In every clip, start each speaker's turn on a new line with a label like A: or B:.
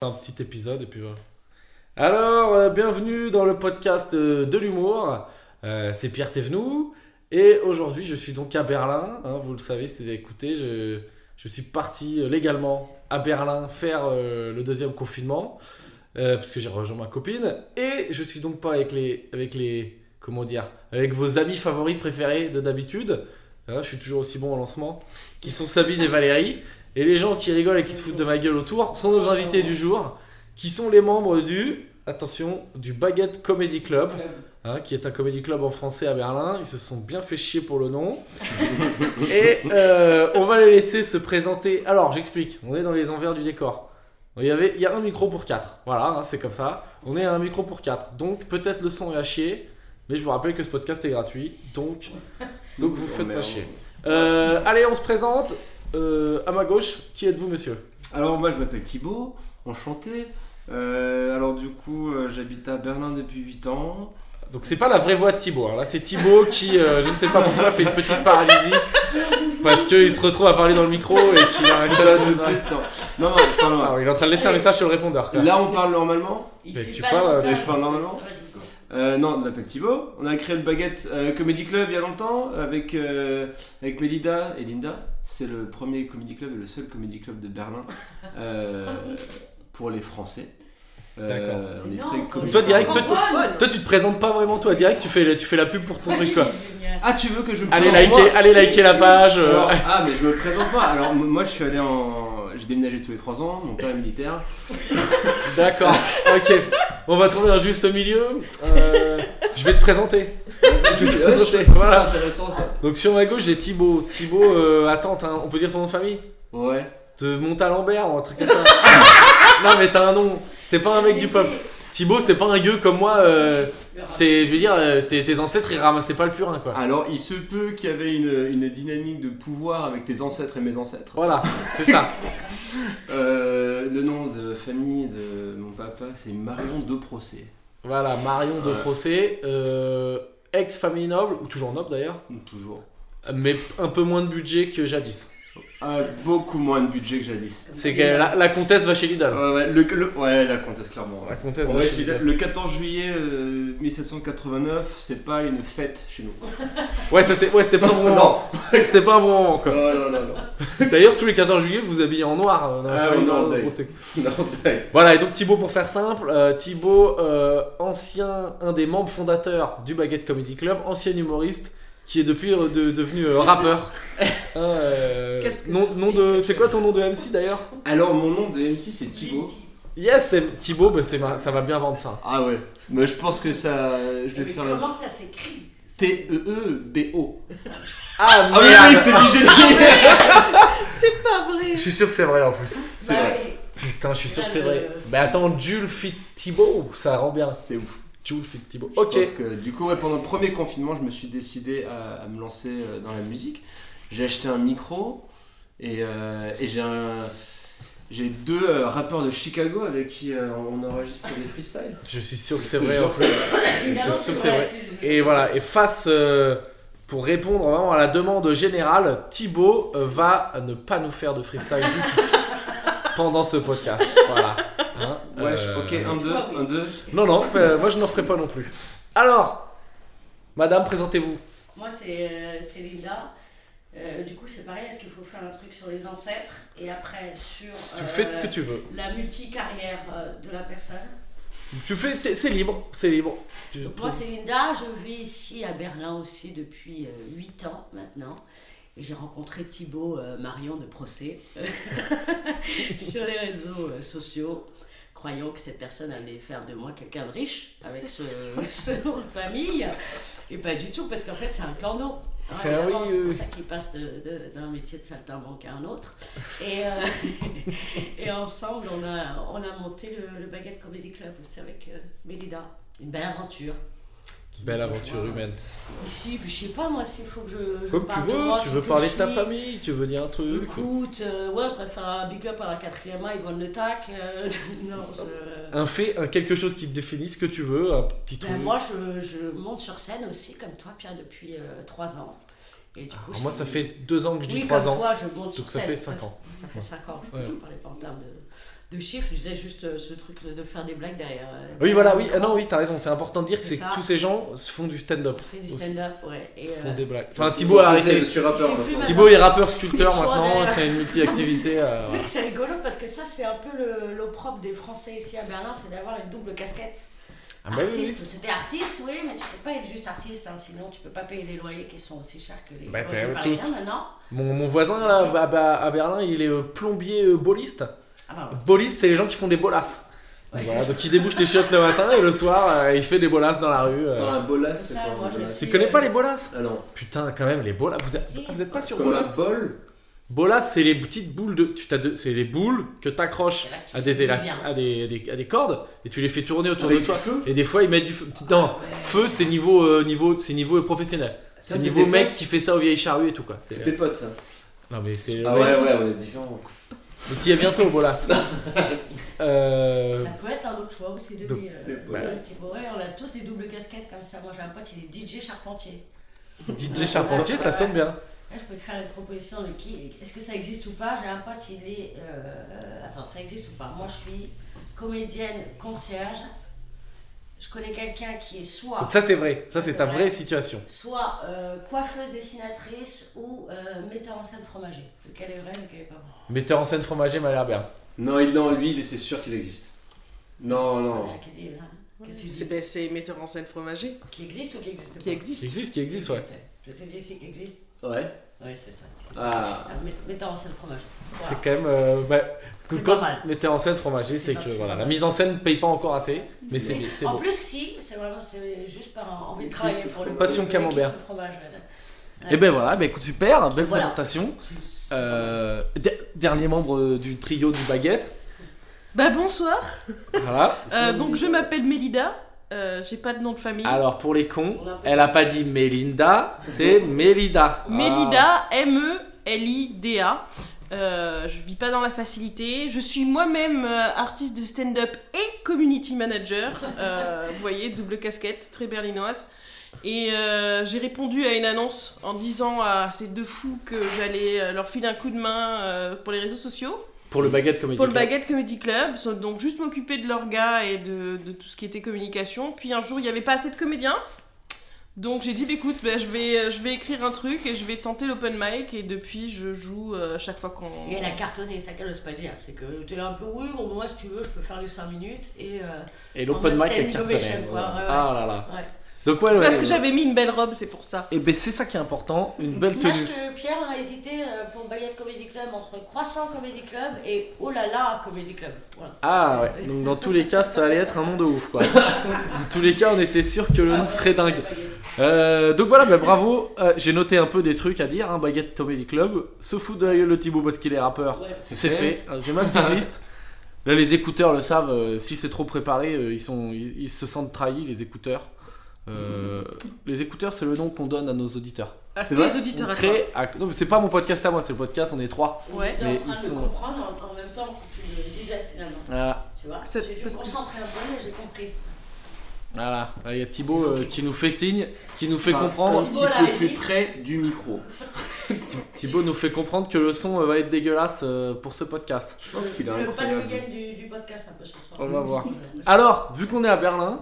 A: un petit épisode et puis voilà. Alors, euh, bienvenue dans le podcast euh, de l'humour. Euh, c'est Pierre Thévenoud. Et aujourd'hui, je suis donc à Berlin. hein, vous le savez, si vous avez écouté, je, je suis parti euh, légalement à Berlin faire euh, le deuxième confinement. euh, parce que j'ai rejoint ma copine. Et je suis donc pas avec les. Avec les comment dire Avec vos amis favoris préférés de d'habitude. Hein, je suis toujours aussi bon en lancement. Qui sont Sabine et Valérie. Et les gens qui rigolent et qui se foutent de ma gueule autour sont nos invités du jour. Qui sont les membres du. Attention, du Baguette Comedy Club hein, qui est un comédie club en français à Berlin. Ils se sont bien fait chier pour le nom. Et euh, on va les laisser se présenter. Alors, j'explique. On est dans les envers du décor. Il y, avait, il y a un micro pour 4. Voilà, hein, c'est comme ça. On est à un micro pour 4. Donc, peut-être le son est à chier. Mais je vous rappelle que ce podcast est gratuit. Donc, donc vous faites pas chier. Euh, allez, on se présente. Euh, à ma gauche, qui êtes-vous, monsieur
B: Alors moi je m'appelle Thibaut, enchanté. Euh, alors du coup euh, j'habite à Berlin depuis 8 ans.
A: Donc, c'est pas la vraie voix de Thibaut. hein. Là, c'est Thibaut qui, euh, je ne sais pas pourquoi, fait une petite paralysie. Parce qu'il se retrouve à parler dans le micro et qu'il a un casque.
B: Non non, je parle
A: Ah,
B: normal.
A: il est en train de laisser un message sur le répondeur. quoi.
B: Là on parle normalement.
C: Il
A: Mais
C: fait
A: tu
C: pas
A: parles, euh,
C: longtemps.
A: mais
B: je parle normalement.
C: Vas-y, go.
B: Euh, non, on m'appelle Thibaut. On a créé le Baguette euh, Comedy Club il y a longtemps avec, euh, avec Melida et Linda. C'est le premier comedy club et le seul comedy club de Berlin euh, pour les Français. Euh,
A: D'accord.
B: on est
C: Non,
B: très
C: pour
B: comedy-
C: les
A: Toi, direct,
B: Français.
C: francophones.
A: Toi, tu te présentes pas vraiment toi direct, tu fais, tu fais la pub pour ton truc quoi.
C: Génial.
B: Ah, tu veux que je me
A: Allez
B: présente,
A: liker,
B: moi
A: allez liker la page. euh,
B: Alors, ah, mais je me présente pas. Alors, m- moi, je suis allé en. J'ai déménagé tous les 3 ans, mon père est militaire.
A: D'accord. Ok. On va trouver un juste milieu. Euh, je vais te présenter.
B: Je
A: suis présenté. Voilà.
B: Voilà. C'est intéressant ça.
A: Donc sur ma gauche, j'ai Thibaut. Thibaut, euh, attends, t'as un- on peut dire ton nom de famille
B: Ouais.
A: De Montalembert ou un truc comme ça. non mais t'as un nom. T'es pas un mec du peuple. Thibaut, c'est pas un gueux comme moi. euh, t'es, je veux dire, euh, tes, tes ancêtres ils ramassaient pas le purin quoi.
B: Alors, il se peut qu'il y avait une, une dynamique de pouvoir avec tes ancêtres et mes ancêtres.
A: Voilà, c'est ça.
B: Euh, le nom de famille de mon papa, c'est Marion de Procès.
A: Voilà, Marion de
B: Ouais.
A: Procès, euh, ex-famille noble, ou toujours noble d'ailleurs,
B: Toujours.
A: mais un peu moins de budget que jadis.
B: Ah, beaucoup moins de budget que jadis.
A: C'est que la, la comtesse va chez
B: Ouais,
A: Lidl.
B: ouais, le, le- ouais la comtesse, clairement. Ah. ouais.
A: La comtesse va
B: Ouais,
A: chez
B: c'est-
A: Lidl.
B: le 14 juillet euh, 1789, c'est pas une fête chez nous.
A: Ouais, ça, c'est- ouais, c'était pas un bon moment.
B: Non,
A: C'était pas un bon moment quoi.
B: non, non, non. non.
A: D'ailleurs, tous les 14 juillet, vous vous habillez en noir. euh, dans la
B: Ah,
A: famille
B: oui,
A: noble
B: non,
A: de
B: deuil.
A: Procès.
B: Non, t'as-
A: Voilà, et donc Thibaut, pour faire simple, euh, Thibaut, euh, ancien, un des membres fondateurs du Baguette Comedy Club, ancien humoriste, qui est depuis euh, de- devenu euh, rappeur. Hein, euh,
C: Qu'est-ce que-
A: nom, nom de, c'est quoi ton nom de MC d'ailleurs
B: Alors mon nom de MC c'est Thibaut.
A: Yes, c'est- Thibaut, bah, c'est ma- ça va bien vendre ça.
B: Ah ouais. Mais je pense que ça, je vais
C: Mais
B: faire un
C: comment ça s'écrit
B: T E E B O.
A: Ah,
B: Ah oui, oui, c'est du génie.
C: C'est pas vrai.
A: Je suis sûr que c'est vrai en plus.
B: c'est
C: Bah,
B: vrai.
C: ouais.
A: Putain, je suis sûr que
C: Ouais,
A: c'est vrai.
C: mais, euh,
A: Mais Bah, attends, Jules fit Thibaut, ça rend bien.
B: C'est ouf.
A: Jules fit Thibaut.
B: Je
A: Ok.
B: pense que, du coup, ouais, pendant le premier confinement, je me suis décidé à, à me lancer euh, dans la musique. J'ai acheté un micro et, euh, et j'ai un- j'ai deux euh, rappeurs de Chicago avec qui euh, on enregistre des freestyles.
A: Je suis sûr que c'est
B: Je te
A: vrai.
B: jure
A: en
B: que
A: plus.
C: Évidemment,
A: suis sûr que c'est
C: vrai,
A: vrai.
C: Bah, c'est-
A: Et voilà, et face. euh, pour répondre vraiment à la demande générale, Thibaut euh, va ne pas nous faire de freestyle du tout pendant ce podcast. Voilà. Hein,
B: Ouais, je-
A: euh,
B: ok, un, deux,
C: toi, oui.
B: un, deux.
A: Non, non, bah, moi je n'en ferai pas non plus. Alors, madame, présentez-vous.
C: Moi, c'est euh, c'est Linda. Euh, du coup, c'est pareil. Est-ce qu'il faut faire un truc sur les ancêtres et après sur
A: Tu
C: euh,
A: fais ce que tu veux.
C: la multicarrière euh, de la personne
A: Tu fais, t'es- c'est libre, c'est libre. Tu-
C: Donc, euh, Moi, c'est Linda, je vis ici à Berlin aussi depuis 8 ans maintenant. Et j'ai rencontré Thibaut euh, Marion de Procès sur les réseaux euh, sociaux, croyant que cette personne allait faire de moi quelqu'un de riche avec ce, ce nom de famille. Et pas du tout, parce qu'en fait, c'est un corneau. Hein,
A: C'est un- oui,
C: évidemment,
A: oui,
C: pour
A: oui.
C: ça qu'il passe de- de- d'un métier de saltimbanque à un autre. Et, euh, et ensemble, on a, on a monté le, le Baguette Comedy Club aussi avec euh, Mélida. Une belle aventure.
A: Belle aventure humaine.
C: Ici, puis je sais pas moi s'il faut que je. je
A: Comme tu
C: parle de
A: veux,
C: moi,
A: tu
C: qui
A: veux
C: que
A: parler
C: je
A: de ta
C: suis.
A: famille, tu veux dire un truc.
C: Écoute, euh, ouais, je voudrais faire un big up à la quatrième A, Yvonne Le Tac. euh, non, je.
A: Un fait, un quelque chose qui te définit, ce que tu veux, un petit truc.
C: Ben, moi, je, je monte sur scène aussi, comme toi, Pierre, depuis 3 ans. Et du coup,
A: Alors
C: je-
A: Ah, moi, ça fait deux ans que je dis
C: oui,
A: trois
C: comme
A: ans,
C: toi, je monte sur
A: donc ça
C: scène.
A: fait cinq ans.
C: Ça fait 5 ans, je
A: Ouais.
C: ne parlais pas en termes de, de chiffres, je disais juste euh, ce truc de faire des blagues derrière. euh,
A: Oui,
C: derrière
A: voilà,
C: un
A: oui, ah
C: écran.
A: non, oui, t'as raison, c'est important de dire que
C: C'est
A: c'est
C: ça.
A: que tous ces gens se font du stand-up,
C: On fait du
A: aussi.
C: stand-up, ouais. Et, euh,
A: font des blagues. Enfin, Thibaut a
B: Je
A: arrêté.
B: suis rappeur.
C: J'ai vu
B: maintenant.
C: ma-
A: Thibaut est rappeur sculpteur
C: Ils sont
A: maintenant,
C: derrière.
A: c'est une multi-activité. euh,
C: c'est- c'est rigolo parce que ça, c'est un peu le- l'opprobre des Français ici à Berlin, c'est d'avoir une double casquette.
A: Ah bah oui,
C: artiste, c'était artiste, oui, mais tu peux pas être juste artiste, hein, sinon tu peux pas payer les loyers qui sont aussi chers que les
A: Bah,
C: loyers
A: t'es-
C: parisiens
A: tout-
C: maintenant.
A: Mon, mon voisin là à, à- à Berlin, il est euh, plombier euh, boliste.
C: Ah pardon.
A: Boliste, c'est les gens qui font des bolasses. Donc,
C: Ouais.
A: voilà, donc il débouche les chiottes le matin et le soir, euh, il fait des bolasses dans la rue. euh.
B: Attends, un bolas,
C: C'est
B: c'est
C: ça,
B: quoi
C: moi,
B: un
C: je
B: bolas
C: sais.
A: Tu connais pas les bolasses
B: Ah non.
A: Putain, quand même, les bolas, vous, êtes-
C: Si.
A: vous êtes pas sur
B: Comme un
A: bolas
B: bol
A: Bolas, c'est les petites boules de. tu t'as de- C'est les boules que t'accroches
C: C'est là que tu
A: à des
C: sais
A: élastiques,
C: bien.
A: à des, à des- à des cordes et tu les fais tourner autour
B: avec
A: de
B: du
A: toi.
B: feu.
A: Et des fois, ils mettent du
C: Ah
A: feu. Non, feu, c'est niveau, euh, niveau, c'est niveau professionnel.
B: Ça,
A: C'est
B: c'est
A: niveau
B: tes
A: mec
B: potes
A: qui fait ça aux vieilles charrues et tout quoi.
B: C'est
A: C'est-
B: tes potes, ça.
A: Non mais c'est.
B: Ah ouais, ouais, on est différents.
A: Mais t'y es bientôt au bolas. euh...
C: Ça peut être un autre choix aussi de
A: Donc,
C: vie.
B: ouais.
C: euh, c'est un petit- ouais, on a tous des doubles casquettes comme ça. Moi j'ai un pote, il est DJ charpentier.
A: DJ Charpentier, ça sonne bien.
C: Là, je peux te faire une proposition de qui Est-ce que ça existe ou pas J'ai un pote, il est. euh, Attends, ça existe ou pas Moi, je suis comédienne concierge. Je connais quelqu'un qui est soit,
A: Donc ça c'est vrai, ça c'est ta vraie situation.
C: soit euh, coiffeuse dessinatrice ou euh, metteur en scène fromager. Lequel est vrai, lequel est pas vrai
A: Metteur en scène fromager m'a l'air bien.
B: Non, il- non, lui, il- c'est sûr qu'il existe. Non,
C: Il y en a
B: non.
C: Qui, dit, hein, Qu'est-ce que tu dis
D: C'est ben, c'est metteur en scène fromager
C: qui existe ou qui existe pas
D: qui
A: Qui
D: existe.
A: existe, qui existe, ouais.
C: Je te dis, c'est qui existe
B: Ouais.
C: Oui, c'est ça. c'est ça.
B: Ah.
C: Met- Metteur en scène fromager.
A: C'est quand même. euh, bah, que
C: C'est
A: quand
C: pas mal.
A: metteur en scène fromager, c'est
C: C'est pas-
A: que
C: c'est
A: voilà,
C: pas
A: la
C: mal.
A: mise en scène paye pas encore assez, mais c'est
C: Oui.
A: c'est
C: en
A: beau.
C: plus, si, c'est vraiment c'est juste par envie de
B: L'équipe
C: travailler
B: de
C: pour le
A: Passion
C: le-
A: camembert.
C: l'équipe de fromage, ouais.
A: Et ben voilà, bah, écoute super, belle
C: Voilà.
A: présentation. Euh, der- dernier membre euh, du trio du baguette.
D: Bah bonsoir,
A: Voilà.
D: Euh, donc je m'appelle Mélida, Euh, j'ai pas de nom de famille.
A: Alors pour les cons,
C: On l'a pas
A: elle a pas dit Mélinda, c'est Mélida.
D: Mélida,
C: ah.
D: E M-E-L-I-D-A. Euh, je vis pas dans la facilité. Je suis moi-même euh, artiste de stand-up et community manager. Euh, vous voyez, double casquette, très berlinoise. Et euh, j'ai répondu à une annonce en disant à ces deux fous que j'allais euh, leur filer un coup de main euh, pour les réseaux sociaux.
A: Ah, Pour le baguette comédie.
D: Pour le
A: Club.
D: Baguette Comedy Club, so- donc juste m'occuper de leur gars et de, de tout ce qui était communication. Puis un jour, il n'y avait pas assez de comédiens. Donc j'ai dit, bah, écoute, bah, je, vais, je vais écrire un truc et je vais tenter l'open mic. Et depuis, je joue euh, à chaque fois qu'on.
C: Et elle a cartonné, ça qu'elle n'ose pas dire. C'est que tu là un peu, oui, bon, moi, si tu veux, je peux faire les 5 minutes. Et. euh,
A: Et l'open
C: En
A: mic elle
C: standing ovation,
A: cartonnait.
C: quoi, ouais, ouais.
A: Ah là là.
C: ouais.
A: Donc ouais,
D: C'est
A: ouais,
D: parce que
A: ouais.
D: j'avais mis une belle robe, c'est pour ça.
A: Et ben c'est ça qui est important, une belle
C: Sache
A: tenue.
C: que Pierre, on a hésité euh, pour Bayette Comedy Club entre Croissant Comedy Club et Oh là là Comedy Club. Voilà.
A: Ah ouais, donc dans tous les cas, ça allait être un nom de ouf quoi. dans tous les cas, on était sûr que le nom serait dingue. Euh, donc voilà, bah, bravo. Euh, J'ai noté un peu des trucs à dire. Hein. Baguette Comedy Club, se fout de la gueule de Thibaut parce qu'il est rappeur.
C: Ouais.
A: C'est fait. Euh, J'ai ma petite liste. Là, les écouteurs le savent. euh, si c'est trop préparé, euh, ils, sont, ils, ils se sentent trahis, les écouteurs. Euh, Les écouteurs, c'est le nom qu'on donne à nos auditeurs.
D: À
B: C'est
D: tes
B: vrai
A: On
D: auditeurs à
A: crée à- Non, mais c'est pas mon podcast à moi, c'est le podcast, on est trois.
C: On était
A: mais
C: en
A: ils
C: train de le
A: sont-
C: comprendre en, en même temps que tu le disais finalement.
A: Voilà,
C: Tu vois
D: C'est-
C: J'ai dû me
D: parce que-
C: concentrer un peu, mais j'ai compris.
A: voilà. Là, il y a Thibaut euh, qui nous fait signe, qui nous fait
B: Enfin,
A: comprendre.
B: Un
C: Thibaut, là,
B: petit peu
C: il-
B: plus près du micro.
A: Thibaut nous fait comprendre que le son euh, va être dégueulasse euh, pour ce podcast.
B: Je pense qu'il est
C: C'est le
B: incroyable.
C: Patrick du, du podcast un peu ce soir.
A: On va voir.
C: Ouais.
A: Alors, vu qu'on est à Berlin,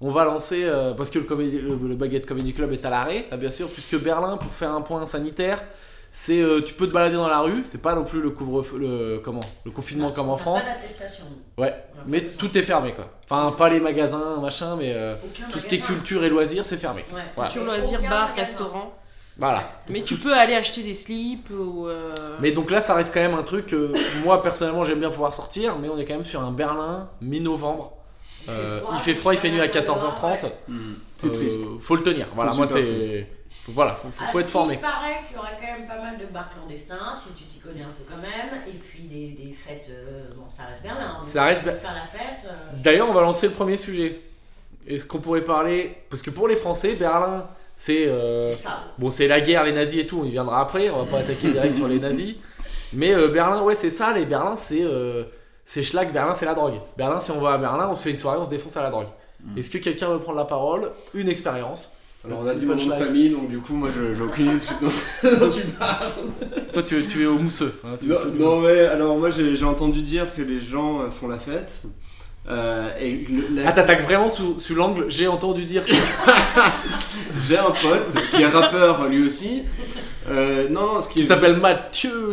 A: on va lancer, euh, parce que le, comédie- le- le Baguette Comedy Club est à l'arrêt, là bien sûr, puisque Berlin, pour faire un point sanitaire, c'est euh, tu peux te balader dans la rue, c'est pas non plus le couvre-feu, le, comment, le confinement comme en
C: T'as
A: France,
C: Pas d'attestation.
A: ouais,
C: On a pas
A: mais
C: besoin.
A: tout est fermé quoi. Enfin, pas les magasins, machin, mais euh,
C: Aucun
A: tout ce qui est
C: magasin.
A: culture et loisirs, c'est fermé.
C: Ouais.
A: Voilà.
D: Culture, loisirs,
C: Aucun
D: bar,
C: magasin.
D: restaurant.
A: Voilà.
D: Mais tu peux aller acheter des slips ou. euh,
A: Mais donc là, ça reste quand même un truc que moi personnellement j'aime bien pouvoir sortir, mais on est quand même sur un Berlin mi-novembre.
C: Il fait
A: Euh,
C: froid,
A: il fait froid, il fait nuit à
C: dehors,
A: 14h30.
C: ouais.
B: Hmm. C'est
A: Euh,
B: triste.
A: Faut le tenir. Voilà,
B: C'est
A: moi
B: super
A: c'est. Faut, voilà, faut, faut- faut
C: Ah,
A: être
C: si
A: formé.
C: Il paraît qu'il y aura quand même pas mal de bars clandestins, si tu t'y connais un peu quand même, et puis des, des fêtes. euh, bon, ça reste Berlin. hein,
A: Ça
C: donc
A: reste
C: si tu veux
A: Ber-
C: Faire la fête. euh,
A: D'ailleurs, on va lancer le premier sujet. Est-ce qu'on pourrait parler. Parce que pour les Français, Berlin, c'est. euh,
C: c'est ça.
A: Bon, c'est la guerre, les nazis et tout, on y viendra après, on va pas attaquer direct sur les nazis. Mais euh, Berlin, ouais, c'est ça, les Berlin, c'est. euh, c'est schlag, Berlin, c'est la drogue. Berlin, si on va à Berlin, on se fait une soirée, on se défonce à la drogue.
B: Mm.
A: Est-ce que quelqu'un veut prendre la parole Une expérience. Euh,
B: Alors, on a dit mon nom de
A: Punchline.
B: famille, donc du coup, moi, je- j'ai aucune idée de ce que- dont tu parles.
A: Toi, tu, tu es au mousseux. hein, tu-
B: Non,
A: tu-
B: non, mais alors, moi, j'ai j'ai entendu dire que les gens euh, font la fête. Euh, et le- la-
A: Ah, t'attaques vraiment sous, sous l'angle. J'ai entendu dire. que-
B: j'ai un pote qui est rappeur lui aussi. Euh, non, non, ce
A: Qui
B: qui est-
A: s'appelle Mathieu.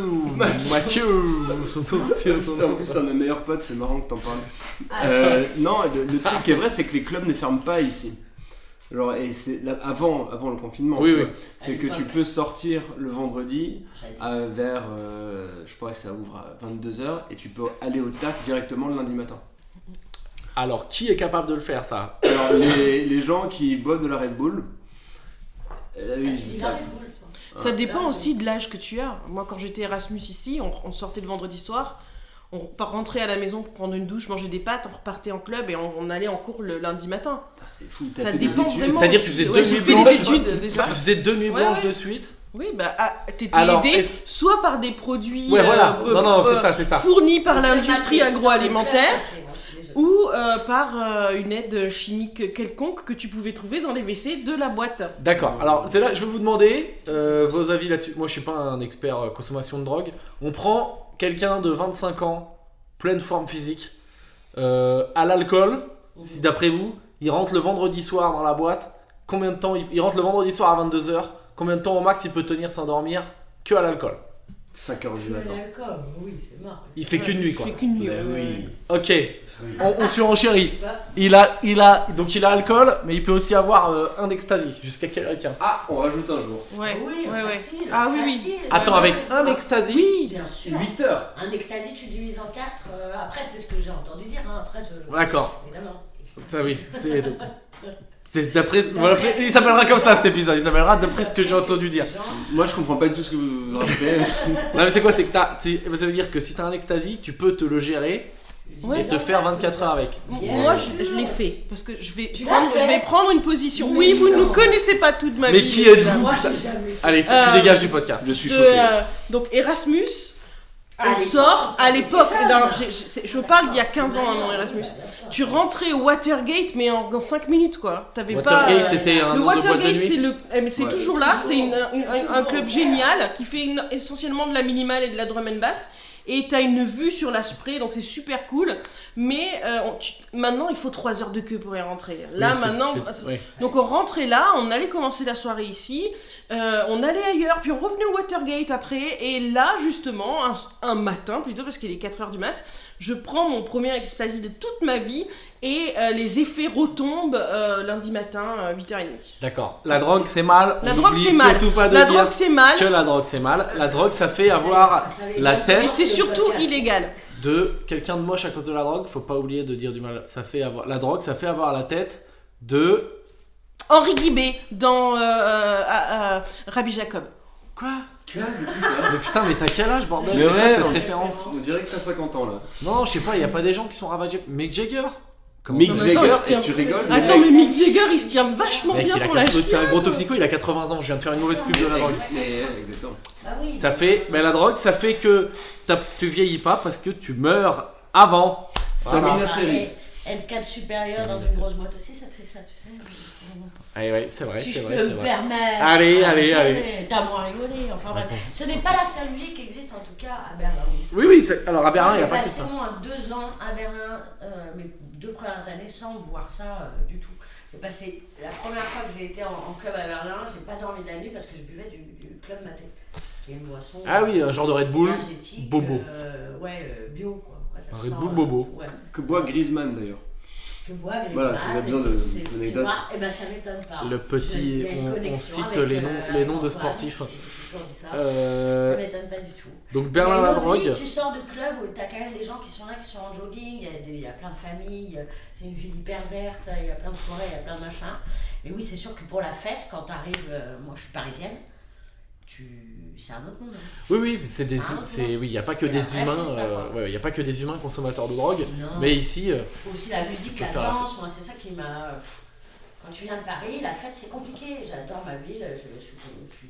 A: Mathieu. Son nom, tiens, son
B: Putain, en
A: nom.
B: plus, c'est un de mes meilleurs potes, c'est marrant que t'en parles. Euh, non, le, le truc qui est vrai, c'est que les clubs ne ferment pas ici. Genre, et c'est là- avant, avant le confinement,
A: Oui,
B: tu
A: oui.
B: vois, c'est
C: À
B: que tu
C: l'époque.
B: peux sortir le vendredi
C: Jadis.
B: à- vers, euh, je crois que ça ouvre à 22h, et tu peux aller au taf directement le lundi matin.
A: Alors, qui est capable de le faire, ça
B: Alors, les, les gens qui boivent de la Red Bull, euh,
C: Ah,
B: ils-
C: tu dis
B: ça-
C: la Red Bull, toi.
D: Ça dépend
C: Ah,
D: aussi de l'âge que tu as. Moi, quand j'étais Erasmus ici, on, on sortait le vendredi soir, on repart- rentrait à la maison pour prendre une douche, manger des pâtes, on repartait en club et on, on allait en cours le lundi matin.
B: putain, c'est fou, t'as
D: Ça
B: fait des
D: dépend
B: études.
D: vraiment.
A: C'est-à-dire que tu faisais
D: Ouais,
A: deux
D: j'ai
A: nuits
D: fait des
A: blanches.
D: études déjà.
A: Tu faisais deux nuits
D: Ouais,
A: blanches
D: ouais.
A: de suite
D: Oui, bah ah, t'étais
A: Alors,
D: aidé
A: est-ce-
D: soit par des produits
A: Ouais, voilà.
D: euh,
A: Non, non,
D: euh,
A: c'est ça, c'est ça.
D: fournis par
C: Donc,
D: l'industrie
C: le matin,
D: agroalimentaire
C: le matin, c'est bon, je suis
D: ou euh, par euh, une aide chimique quelconque que tu pouvais trouver dans les WC de la boîte.
A: D'accord. Alors, c'est là, je vais vous demander euh, vos avis là-dessus. Moi, je suis pas un expert euh, consommation de drogue. On prend quelqu'un de 25 ans, pleine forme physique, euh, à l'alcool. Si d'après vous, il rentre le vendredi soir dans la boîte, combien de temps il, il rentre le vendredi soir à 22h Combien de temps au max il peut tenir sans dormir que à l'alcool
B: 5 heures du
C: désolée.
B: matin.
C: L'alcool, oui, c'est marrant.
A: Il fait qu'une nuit quoi. Ben
D: Fait qu'une nuit.
B: Bah
D: ouais,
B: oui.
D: ouais.
A: Ok. On, on surenchérit.
C: Bah,
A: Il a, il a, donc il a alcool, mais il peut aussi avoir euh, un ecstasy. Jusqu'à quelle heure Tiens.
B: Ah, on rajoute un jour.
D: Ouais,
C: Oui,
D: ouais, ouais.
C: facile.
D: Ah oui, oui.
C: facile, ça
A: Attends,
C: va.
A: avec un ecstasy.
C: Ah Oui, bien sûr.
B: 8 heures.
C: Un ecstasy, tu divises en 4. après, c'est ce que j'ai entendu dire. hein. Après, je.
A: D'accord.
C: Évidemment.
A: Ça oui, c'est. C'est d'après. Voilà, après- il s'appellera comme ça cet épisode, il s'appellera d'après ce que j'ai entendu dire.
B: Moi, je comprends pas du tout ce que vous vous racontez.
A: Non mais c'est quoi C'est que t'as. c'est- Ça veut dire que si t'as un ecstasy, tu peux te le gérer
D: Ouais.
A: et te faire 24 heures avec.
D: Bon,
C: Yeah.
D: Moi, je, je l'ai fait parce que je vais,
C: Tu
D: prendre,
C: l'as
D: je
C: fait
D: vais prendre une position.
C: Mais
D: Oui, vous ne
C: non.
D: nous connaissez pas toute ma
A: Mais
D: vie.
A: qui
D: les
A: êtes-vous
D: gars.
C: Moi, j'ai jamais fait.
A: Allez, tu, tu
D: Euh,
A: dégages du podcast.
B: Je suis
D: De,
B: choqué.
D: euh, donc Erasmus,
C: À
D: on
C: l'époque,
D: sort à
C: t'étais
D: l'époque.
C: jeune.
D: non, j'ai- j'ai- c'est- je parle d'il y a 15 ans, hein, mon Erasmus. Tu rentrais au Watergate, mais en, dans 5 minutes, quoi. T'avais pas.
A: Watergate,
D: euh,
A: c'était un
D: le
A: nom de boîte de
D: Watergate, c'est
A: nuit.
D: le, eh, mais c'est
B: Ouais.
D: toujours là.
C: Toujours.
D: C'est une- un-
C: C'est
D: un- un,
C: toujours
D: club
C: ouvert.
D: génial qui fait une- essentiellement de la minimale et de la drum and bass. Et t'as une vue sur la spray, donc c'est super cool. Mais euh, on- tu- maintenant, il faut 3 heures de queue pour y rentrer. Là,
A: Oui, c'est-
D: maintenant,
A: c'est- ouais.
D: donc on rentrait là, on allait commencer la soirée ici, euh, on allait ailleurs, puis on revenait au Watergate après, et là justement, un, un matin plutôt, parce qu'il est 4h du mat, je prends mon premier ecstasy de toute ma vie, et euh, les effets retombent euh, lundi matin, euh, 8h30.
A: D'accord. La drogue c'est mal.
D: La
A: on
D: drogue,
A: oublie
D: c'est mal.
A: Surtout pas de
D: La
A: dire
D: drogue c'est mal,
A: que la drogue c'est mal. La drogue ça fait avoir la tête.
D: et c'est surtout illégal.
A: de quelqu'un de moche à cause de la drogue. Faut pas oublier de dire du mal. Ça fait avoir la drogue, ça fait avoir la tête de
D: Henri Guibé dans euh, euh, à- à Rabbi Jacob.
A: quoi
B: Quoi, c'est qui ça
A: Mais putain, mais t'as quel âge bordel
B: Mais
A: C'est quoi
B: ouais,
A: cette
B: on-
A: référence
B: On dirait que t'as 50 ans là.
A: Non, je sais pas, il a pas des gens qui sont ravagés. Mick Jagger Comment
B: Mick
A: ça
D: Jagger,
B: Jagger,
D: c'était
B: et tu rigoles le
D: Attends,
B: mec-
D: mais Mick Jagger il se tient vachement
A: Mec,
D: bien
A: il a
D: pour la
A: 80 c'est
D: cheville.
A: un gros toxico, il a 80 ans, je viens de faire une mauvaise pub de la drogue.
B: Mais euh, exactement.
A: Ça fait, mais la drogue, ça fait que t'as- tu vieillis pas parce que tu meurs avant. Voilà.
B: Samina Seri.
C: Être 4 supérieur dans une grosse boîte aussi, ça te fait ça, tu sais.
A: Ouais, Ah ouais, c'est vrai,
C: si
A: c'est
C: je
A: vrai,
C: peux
A: c'est
C: me
A: vrai.
C: permettre.
A: Allez, allez,
C: T'as moins rigolé. Enfin bref. Ce n'est pas la seule ville qui existe en tout cas à Berlin.
A: Oui, oui, c'est- alors à Berlin, il n'y a
C: J'ai
A: pas que
C: passé
A: ça.
C: moins deux ans à Berlin, euh, mes deux premières années, sans voir ça euh, du tout. J'ai passé la première fois que j'ai été en, en club à Berlin, j'ai pas dormi de la nuit parce que je buvais du, du club maté, qui est une boisson
A: Ah oui, un genre de Red Bull.
C: énergétique,
A: bobo.
C: euh, ouais, euh, bio quoi. Ouais, ça
A: Un
C: sent,
A: Red Bull
C: euh,
A: bobo.
C: ouais.
B: Que boit Griezmann d'ailleurs.
C: Que boit Griezmann.
B: Voilà, j'avais besoin de- d'anecdotes.
C: Et ben ça m'étonne pas.
A: Le petit-
C: Je- il y a une
A: on- on
C: connexion
A: cite
C: avec,
A: les noms-
C: euh,
A: les noms de
C: Antoine,
A: sportifs.
C: j'ai toujours dit ça. Ça
A: Euh,
C: m'étonne pas du tout.
A: donc
C: Il y a
A: Berlin,
C: une
A: la
C: autre ville,
A: drogue.
C: tu sors de club où t'as quand même des gens qui sont là, qui sont en jogging, il y a, des- il y a plein de familles, c'est une ville hyper verte, il y a plein de forêts, il y a plein de machins. Mais oui, c'est sûr que pour la fête, quand t'arrives, euh, moi je suis parisienne, tu... c'est un autre monde. hein.
A: Oui, oui, c'est des,
C: Ah,
A: hu-
C: non.
A: c'est, oui, il y a pas que
C: C'est
A: des
C: un vrai
A: humains,
C: freestyle,
A: euh,
C: quoi.
A: ouais, il y a pas que des humains consommateurs de drogue.
C: Non.
A: Mais ici, euh,
C: Aussi la musique,
A: peux
C: la
A: faire la
C: danse, moi c'est ça qui m'a. pff, Quand tu viens de Paris, la fête c'est compliqué. J'adore ma ville, je suis, je suis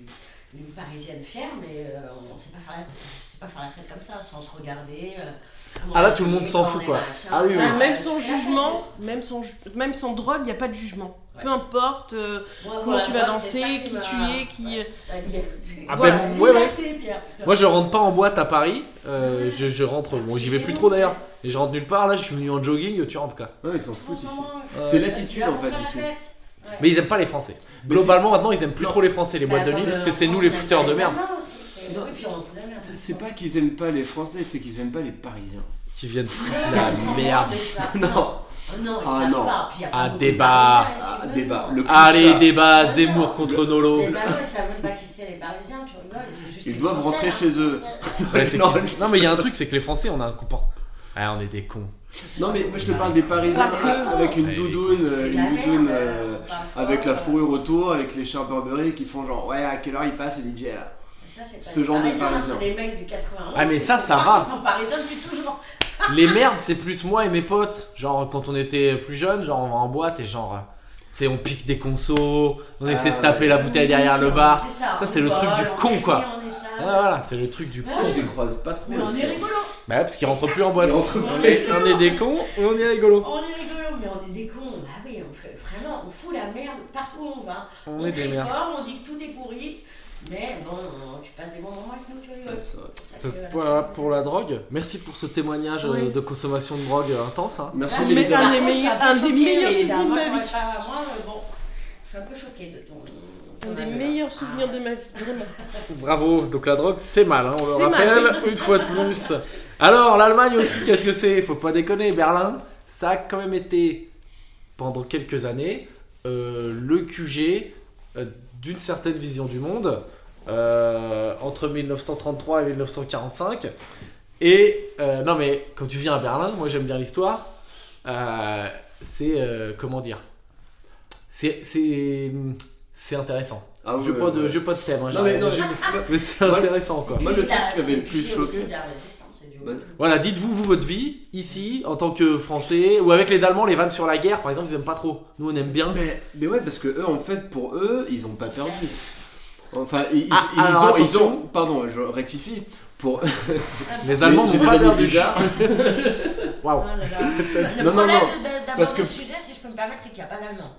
C: une parisienne fière, mais euh, on ne sait pas faire la- on sait pas faire la fête comme ça, sans se regarder. euh,
A: Ah, là, tout le monde s'en fout, quoi. Ah oui, oui.
D: Bah, même sans jugement, même sans, ju- même sans drogue, il n'y a pas de jugement.
C: Ouais.
D: Peu importe euh, comment tu vas danser, qui tu es, qui.
A: Ah
D: Voilà.
A: ben, ouais, ouais. Moi, je rentre pas en boîte à Paris. euh, je, je rentre. Bon, j'y vais plus trop d'ailleurs. Et je rentre nulle part. Là, je suis venu en jogging. Tu rentres quoi.
B: Ouais, Ah, ils s'en foutent ici. C'est l'attitude en fait ici.
A: Mais ils aiment pas les Français. Globalement, maintenant, ils aiment plus
B: Non.
A: trop les Français,
B: Bah,
A: les
C: Bah,
A: boîtes de nuit, parce
C: euh,
A: que c'est nous les fouteurs de merde
B: Non, C'est c'est pas qu'ils aiment pas les Français, c'est qu'ils aiment pas les Parisiens.
A: qui viennent foutre la
C: La
A: merde.
C: merde.
B: Non,
C: Non, ils
B: Ah,
C: savent
B: non.
C: pas. Puis y a pas
A: Ah,
C: beaucoup de
A: débat.
C: Parisiens,
B: Ah,
C: ils savent
B: débat.
C: pas.
B: Le
A: Allez,
B: cliché.
A: débat
E: Non,
A: Zemmour
E: non.
A: contre Nolo.
E: Les Allemands, ils savent même pas qui c'est les Parisiens, tu rigoles. c'est juste
B: Ils
E: les
B: doivent
E: Français,
B: rentrer
E: hein.
B: chez eux.
A: Ouais, c'est
B: Non,
A: qu'ils- non, mais il y a un truc, c'est que les Français, on a un comportement. Ah, on est des cons.
B: Non, mais moi je te parle des Parisiens
D: Pas que.
B: avec une
A: Ouais,
B: doudoune, euh,
E: C'est
B: une
E: la
C: hein,
B: doudoune
E: merde,
B: euh,
E: parfois,
B: avec la
E: euh,
B: fourrure autour, avec les chars Burberry qui font genre ouais, à quelle heure il passe le DJ là
E: ça, c'est pas
B: ce
E: les
B: genre de Parisiens.
E: c'est Les mecs du 91.
A: Ah, mais ça,
E: c'est-
A: ça va.
C: Ils sont parisiens depuis toujours.
A: Les merdes, c'est plus moi et mes potes. Genre, quand on était plus jeunes, genre, on va en boîte et genre. euh, Tu sais, on pique des consos, on
B: Ah,
A: essaie de
B: ouais.
A: taper la bouteille derrière le bar.
C: C'est
A: Ça,
C: on
A: c'est le
C: vole,
A: truc du
C: on
A: con,
C: est
A: quoi.
C: gay, on est ça.
A: Ah, voilà, c'est le truc du con.
B: Je les croise pas trop.
C: Mais on
B: ici.
C: est rigolo.
A: Bah, ouais, parce qu'ils rentrent plus en boîte.
B: Ils rentrent
A: On
B: plus.
A: est- on est des cons et on est rigolo.
C: On est rigolo, mais on est des cons. Bah oui, on fait vraiment, on fout la merde partout où on va.
A: On est des
C: crie
A: merdes.
C: fort, on dit que tout est pourri. Mais bon, on- tu passes des bons moments avec nous, tu rigoles.
B: Ouais, c'est vrai.
C: Ça fait, euh,
A: Voilà pour la drogue. Merci pour ce témoignage euh,
D: Oui.
A: de consommation de drogue euh, intense. hein.
B: Merci
D: Ah,
B: les
D: mais
B: gars.
D: un
C: Par
D: des
C: contre, je suis
D: meilleurs-
C: peu
D: un des
C: choquée,
D: meilleurs
C: mais
D: souvenirs de
C: d'abord,
D: ma vie.
C: j'aurais pas- Moi, euh, bon, je suis un peu choquée de ton.
D: Un
C: ton
D: des
C: avis, là.
D: meilleurs souvenirs de ma vie, vraiment.
A: Bravo, donc la drogue c'est mal, hein, on le
D: C'est
A: rappelle
D: mal.
A: une fois de plus. Alors l'Allemagne aussi, qu'est-ce que c'est Faut pas déconner, Berlin, ça a quand même été pendant quelques années euh, le QG euh, d'une certaine vision du monde euh, entre 1933 et 1945. Et euh, non mais quand tu viens à Berlin, moi j'aime bien l'histoire, euh, c'est euh, comment dire C'est- C'est c'est intéressant.
B: Ah,
A: J'ai
B: ouais,
A: pas, de-
B: ouais.
A: j'ai pas de thème, hein,
B: Non, mais,
A: j'ai-
B: non,
A: j'ai-
B: mais-
A: mais c'est intéressant quoi.
B: Ah, Moi, le
C: Puis,
B: truc
C: t'as-
B: qui m'avait le plus
C: c'est aussi
B: choqué-
C: de la résistance, c'est du-
B: Bah,
A: Voilà, dites-vous vous votre vie ici en tant que Français ou avec les Allemands les vannes sur la guerre par exemple ils aiment pas trop. Nous on aime bien.
B: mais, mais ouais, parce que eux, en fait, pour eux, ils ont pas perdu. Enfin, ils, ils-
A: Ah,
B: ils
A: alors,
B: ont, ils
A: attention.
B: ont. Pardon, je rectifie. Pour
A: Les Allemands
B: j'ai
A: n'ont
B: des
A: pas
B: amis
A: perdu.
B: bizarres.
A: Waouh.
C: Ah là là. Le
B: Non, non,
C: problème
B: non,
C: de- de-
B: parce
C: d'avoir
B: que-
C: le sujet, si je peux me permettre, c'est qu'il n'y a pas d'allemand.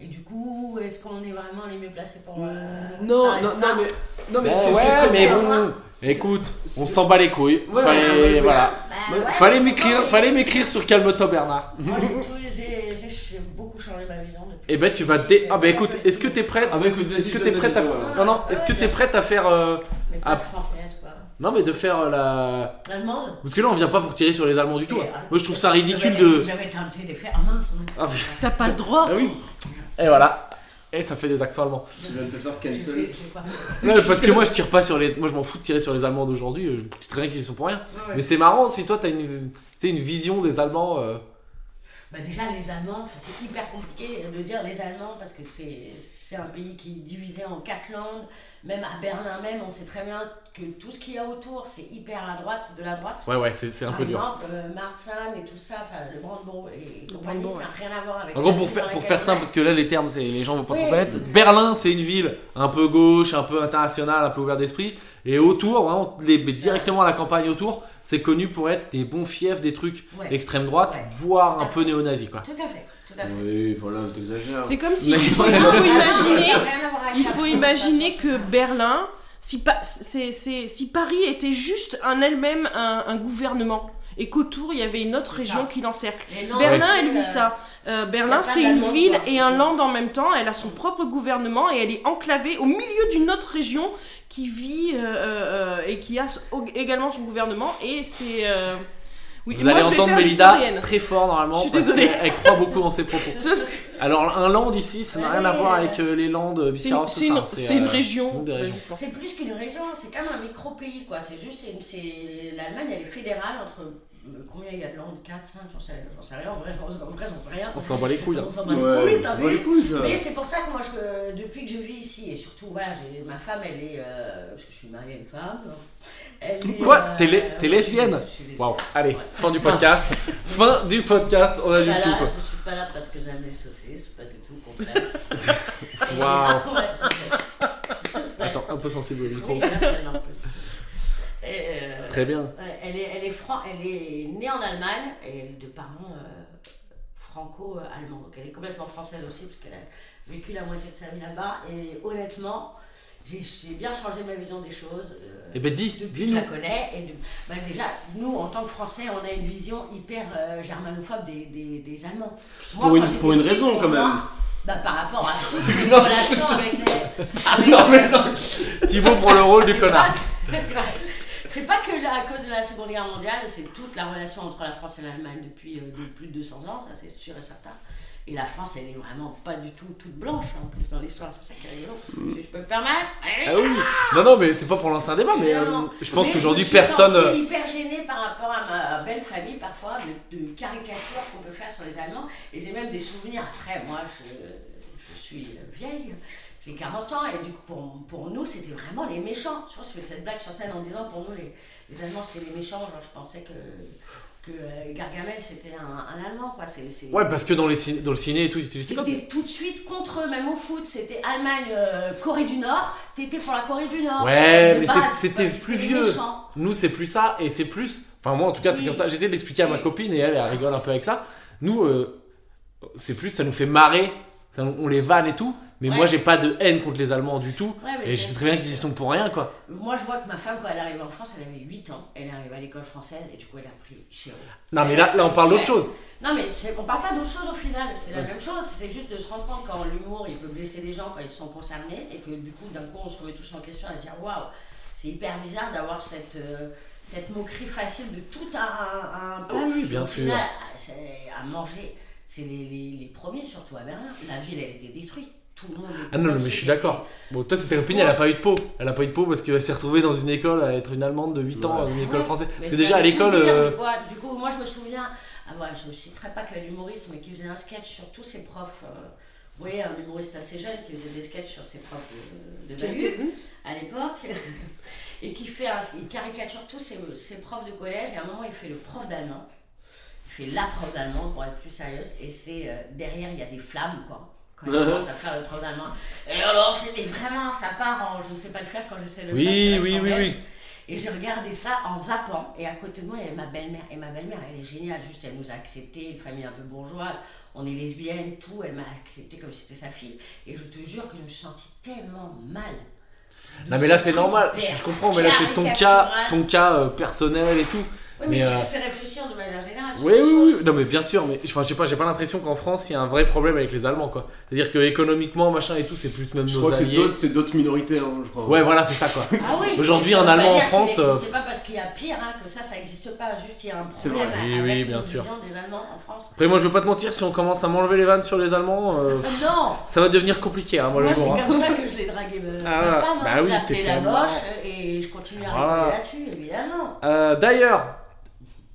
C: Et du coup, est-ce qu'on est vraiment les mieux placés pour. euh,
B: Non,
C: parler de
B: non,
C: ça
B: non, mais. Non, mais
A: Bah
B: ce qui- ce qui est
A: ouais
B: très
A: mais
B: bien-
A: bon, écoute,
B: C'est-
A: on s'en bat les couilles.
B: Ouais, on s'en bat les
A: fallait
B: couilles.
A: voilà.
E: Bah,
B: Ouais.
E: ouais.
A: Fallait m'écrire, fallait m'écrire sur Calme-toi Bernard.
C: Moi, j'ai tout- j'ai j'ai- j'ai beaucoup changé ma vision depuis.
A: Et Mhm. ben tu vas dé... Ah bah écoute, est-ce que t'es prête
B: Ah, bah écoute, vas-y,
A: Est-ce que
B: je
A: t'es
B: donne
A: prête
B: la
A: à
B: vision,
A: Non non, est-ce que t'es prête à faire euh,
C: Mais pas
A: Ah.
C: française, quoi.
A: Non mais de faire euh, la
C: L'allemande
A: parce que là on vient pas pour tirer sur les Allemands du tout. hein. Moi je trouve ça ridicule
C: euh, J'avais- est-ce
A: de
C: que J'avais tenté de faire. Ah mince, on a-
A: Ah, putain.
D: T'as pas le droit.
A: Ah oui Et voilà. Et ça fait des accents allemands.
B: Tu viens de te faire
C: J'ai
B: cancel.
C: fait- j'ai pas-
A: Non, mais parce que moi je tire pas sur les. Moi je m'en fous de tirer sur les Allemands d'aujourd'hui, euh, je sais très bien qu'ils y sont pour rien.
C: Ouais.
A: Mais c'est marrant si toi t'as une. tu sais, une vision des Allemands. euh,
C: Bah déjà, les Allemands, c'est hyper compliqué de dire les Allemands parce que c'est c'est un pays qui est divisé en quatre langues. Même à Berlin, même, on sait très bien que tout ce qu'il y a autour, c'est hyper à droite de la droite.
A: Ouais, ouais, c'est c'est un
C: Par
A: peu dur.
C: exemple, euh, Marzahn et tout ça, enfin, le Brandebourg et compagnie,
D: Brandebourg,
C: ça n'a rien à voir avec.
A: En gros,
C: la
A: pour
C: ville
A: faire,
C: dans
A: pour
C: laquelle
A: faire simple,
C: on est.
A: parce que là les termes, c'est- les gens vont pas trop
C: Oui.
A: connaître. Berlin, c'est une ville un peu gauche, un peu internationale, un peu ouverte d'esprit. Et autour, vraiment, les, directement à la campagne autour, c'est connu pour être des bons fiefs, des trucs
C: Ouais.
A: extrême droite,
C: Ouais.
A: voire un peu néo-nazi quoi.
C: Tout à fait, tout à fait.
B: Oui, voilà, t'exagères.
D: C'est comme si
B: Mais-
D: il faut
E: Ça
D: imaginer,
E: n'a rien à voir avec
D: il
E: la
D: faut
E: France,
D: imaginer
E: ça.
D: que Berlin, si, pa- c'est- c'est- si Paris était juste en elle-même un, un gouvernement et qu'autour il y avait une autre
C: C'est
D: région
C: ça.
D: qui l'encercle.
C: Les langues,
D: Berlin, elle
C: euh,
D: vit ça. Euh,
C: y
D: Berlin,
C: a pas
D: c'est une
C: d'Allemand,
D: ville
C: quoi.
D: et un land en même temps. Elle a son propre gouvernement et elle est enclavée au milieu d'une autre région qui vit euh, euh, et qui a so- également son gouvernement. Et c'est. euh, Oui,
A: Vous
D: moi,
A: allez
D: je vais
A: entendre
D: faire
A: Mélida
D: l'historienne.
A: très fort normalement.
D: Je suis
A: parce
D: désolée.
A: qu'elle- Elle croit beaucoup en ses propos.
D: Ce- C'est
A: Alors un land ici, ça n'a
C: Ouais,
A: rien à
C: ouais,
A: voir
C: ouais.
A: avec euh, les landes euh,
D: une,
A: Biscarrosse, tout
D: Ah c'est une-
A: ça,
D: c'est une
A: euh,
D: région.
A: des régions.
D: Vas-y, pense.
C: C'est plus qu'une région, c'est comme un micro-pays, quoi. C'est juste, c'est- c'est l'Allemagne, elle est fédérale entre euh, combien il y a de langues 4, 5, j'en sais, j'en sais rien. En vrai, j'en en vrai, j'en sais rien.
A: On s'en bat les couilles. hein.
C: On s'en bat les couilles,
B: Ouais,
C: t'as
B: ça
C: vu
B: vaut les couilles, ça.
C: Mais c'est pour ça que moi, je, euh, depuis que je vis ici, et surtout, voilà, j'ai- ma femme, elle est. euh, parce que je suis mariée à une femme. hein. Elle est,
A: Quoi
C: euh,
A: T'es lé- t'es
C: ouais, je suis-
A: lesbienne
C: je suis lesbienne.
A: Waouh, allez, fin du podcast. fin du podcast, on a
C: Je
A: du
C: suis pas
A: tout
C: là-
A: quoi.
C: Je suis pas là parce que j'aime les saucisses, pas du tout, au contraire. Et-
A: Waouh.
C: Ouais, je sais. Je sais.
A: Attends, un peu sensible au micro.
C: Oui, là, c'est un peu- Et, euh,
A: très bien.
C: Ouais, elle, est, elle, est fran- elle est née en Allemagne et elle est de parents euh, franco-allemands. Donc elle est complètement française aussi, parce qu'elle a vécu la moitié de sa vie là-bas. Et honnêtement, j'ai j'ai bien changé ma vision des choses. euh,
A: Eh ben dis,
C: depuis que je
A: dis-nous.
C: la connais. Et de- bah, déjà, nous, en tant que Français, on a une vision hyper euh, germanophobe des, des- des Allemands. Moi,
B: Pour
C: quand
B: une,
C: j'étais
B: pour une
C: petite,
B: raison
C: pour
B: quand
C: moi,
B: même.
C: bah, par rapport à toutes les relations avec les. avec
B: non, Ah, mais
A: Thibaut prend le rôle du
C: c'est
A: connard.
C: pas- C'est pas que la- à cause de la Seconde Guerre mondiale, c'est toute la relation entre la France et l'Allemagne depuis euh, de- plus de 200 ans, ça c'est sûr et certain. Et la France, elle est vraiment pas du tout toute blanche, hein, en plus dans l'histoire, c'est ça qui est rigolo. Si je peux me permettre allez.
A: Ah oui. Non, non, mais c'est pas pour lancer un débat, mais euh,
C: Évidemment.
A: je pense
C: Mais
A: qu'aujourd'hui
C: me suis
A: personne. euh,
C: sentie hyper gênée par rapport à ma belle famille, parfois, de, de caricatures qu'on peut faire sur les Allemands. Et j'ai même des souvenirs. Après, moi, je, je suis vieille, j'ai 40 ans, et du coup, pour, pour nous, c'était vraiment les méchants. Je pense que cette blague sur scène en disant pour nous, les, les Allemands, c'était les méchants. Genre, je pensais que, que euh, Gargamel, c'était un, un Allemand, quoi. C'est, c'est-
A: euh, Ouais, parce que dans, les cin- dans le ciné et tout, ils utilisent ça.
C: C'était tout de suite contre eux, même au foot. C'était Allemagne, euh, Corée du Nord. T'étais pour la Corée du Nord.
A: Ouais,
C: De
A: mais
C: base,
A: c'est-
C: parce
A: c'était
C: que c'était
A: plus
C: les
A: vieux.
C: méchants.
A: Nous, c'est plus ça, et c'est plus. Enfin, moi, en tout cas, c'est
C: Oui.
A: comme ça. J'essaie de l'expliquer à ma
C: Oui.
A: copine, et elle, elle rigole un peu avec ça. Nous, euh, c'est plus, ça nous fait marrer. Ça, on les vanne et tout. Mais
C: Ouais.
A: moi, j'ai pas de haine contre les Allemands du tout.
C: Ouais, mais
A: et
C: c'est-
A: je sais très bien qu'ils y sont pour rien, quoi.
C: Moi, je vois que ma femme, quand elle est arrivée en France, elle avait 8 ans. Elle est arrivée à l'école française et du coup, elle a pris chérie.
A: Non, mais là, là on parle d'autre chose.
C: Non, mais c'est- on parle pas d'autre chose au final. C'est la même chose. C'est juste de se rendre compte quand l'humour, il peut blesser des gens quand ils sont concernés et que du coup, d'un coup, on se remet tous en question et se dire waouh, c'est hyper bizarre d'avoir cette, euh, cette moquerie facile de tout un, un, un peuple
A: Ah oui,
C: qui,
A: bien
C: au
A: sûr.
C: final, a- c'est- à manger. C'est les, les- les premiers, surtout à Berlin. La ville, elle était détruite. Tout le monde.
A: Ah non, mais je suis d'accord. Bon, toi, c'était copine, elle a pas eu de peau. Elle a pas eu de peau parce qu'elle s'est retrouvée dans une école à être une Allemande de 8 ans,
B: Ouais.
A: dans une école
C: Ouais,
A: française.
C: mais
A: Parce
C: ça
A: que déjà, à
C: veut tout
A: l'école.
C: dire,
A: euh,
C: mais quoi. Du coup, moi, je me souviens, ah, voilà, je ne citerai pas qu'un humoriste, mais qui faisait un sketch sur tous ses profs. euh, vous voyez, un humoriste assez jeune qui faisait des sketchs sur ses profs de, de bahut à l'époque, et qui fait un- il caricature tous ses, ses profs de collège, et à un moment, il fait le prof d'allemand. Il fait la prof d'allemand, pour être plus sérieuse, et c'est euh, derrière, il y a des flammes, quoi. Quand il commence à faire le prof d'allemand. Et alors, c'est mais vraiment, ça part en. Je ne sais pas le faire quand j'essaie de le
A: Oui,
C: faire. c'est
A: oui,
C: l'accent
A: oui,
C: belge.
A: oui.
C: Et j'ai regardé ça en zappant. Et à côté de moi, il y avait ma belle-mère. Et ma belle-mère, elle est géniale. Juste, elle nous a acceptés, une famille un peu bourgeoise. On est lesbienne, tout. Elle m'a accepté comme si c'était sa fille. Et je te jure que je me suis sentie tellement mal. de
A: Non mais là
C: ce
A: c'est
C: truc
A: normal,
C: hyper
A: je, je comprends, mais là c'est ton cas,
C: caricatural.
A: ton cas euh, personnel et tout.
C: Oui, mais,
A: mais,
C: tu
A: euh,
C: fais réfléchir de manière générale. sur
A: Oui
C: les
A: oui
C: choses.
A: oui, non mais bien sûr, mais enfin je sais pas, j'ai pas l'impression qu'en France il y a un vrai problème avec les Allemands quoi. C'est-à-dire que économiquement machin et tout c'est plus même
B: Je
A: nos
B: crois que c'est
A: alliés.
B: d'autres- c'est d'autres minorités, hein, je crois.
A: Ouais voilà c'est ça quoi.
C: Ah oui,
A: Aujourd'hui,
C: mais ça
A: un
C: veut pas
A: Allemand en
C: dire qu'il
A: France,
C: existe.
A: euh,
C: C'est pas parce qu'il y a pire hein, que ça, ça n'existe pas. Juste, il y a un
B: C'est
C: problème
B: vrai.
A: Oui,
C: avec
A: oui,
C: une
A: bien sûr.
C: vision des Allemands en France.
A: Après moi je veux pas te mentir, si on commence à m'enlever les vannes sur les Allemands, euh,
C: Ah non
A: ça va devenir compliqué hein, moi le
C: Moi,
A: jour.
C: c'est
A: hein.
C: comme ça que je l'ai dragué ma, ma
A: Ah,
C: femme, hein.
A: bah
C: je
A: oui,
C: l'ai appelée
A: c'est Ah.
C: la
A: clairement-
C: moche et je continue à
A: Voilà.
C: rigoler là-dessus, évidemment.
A: Euh, D'ailleurs,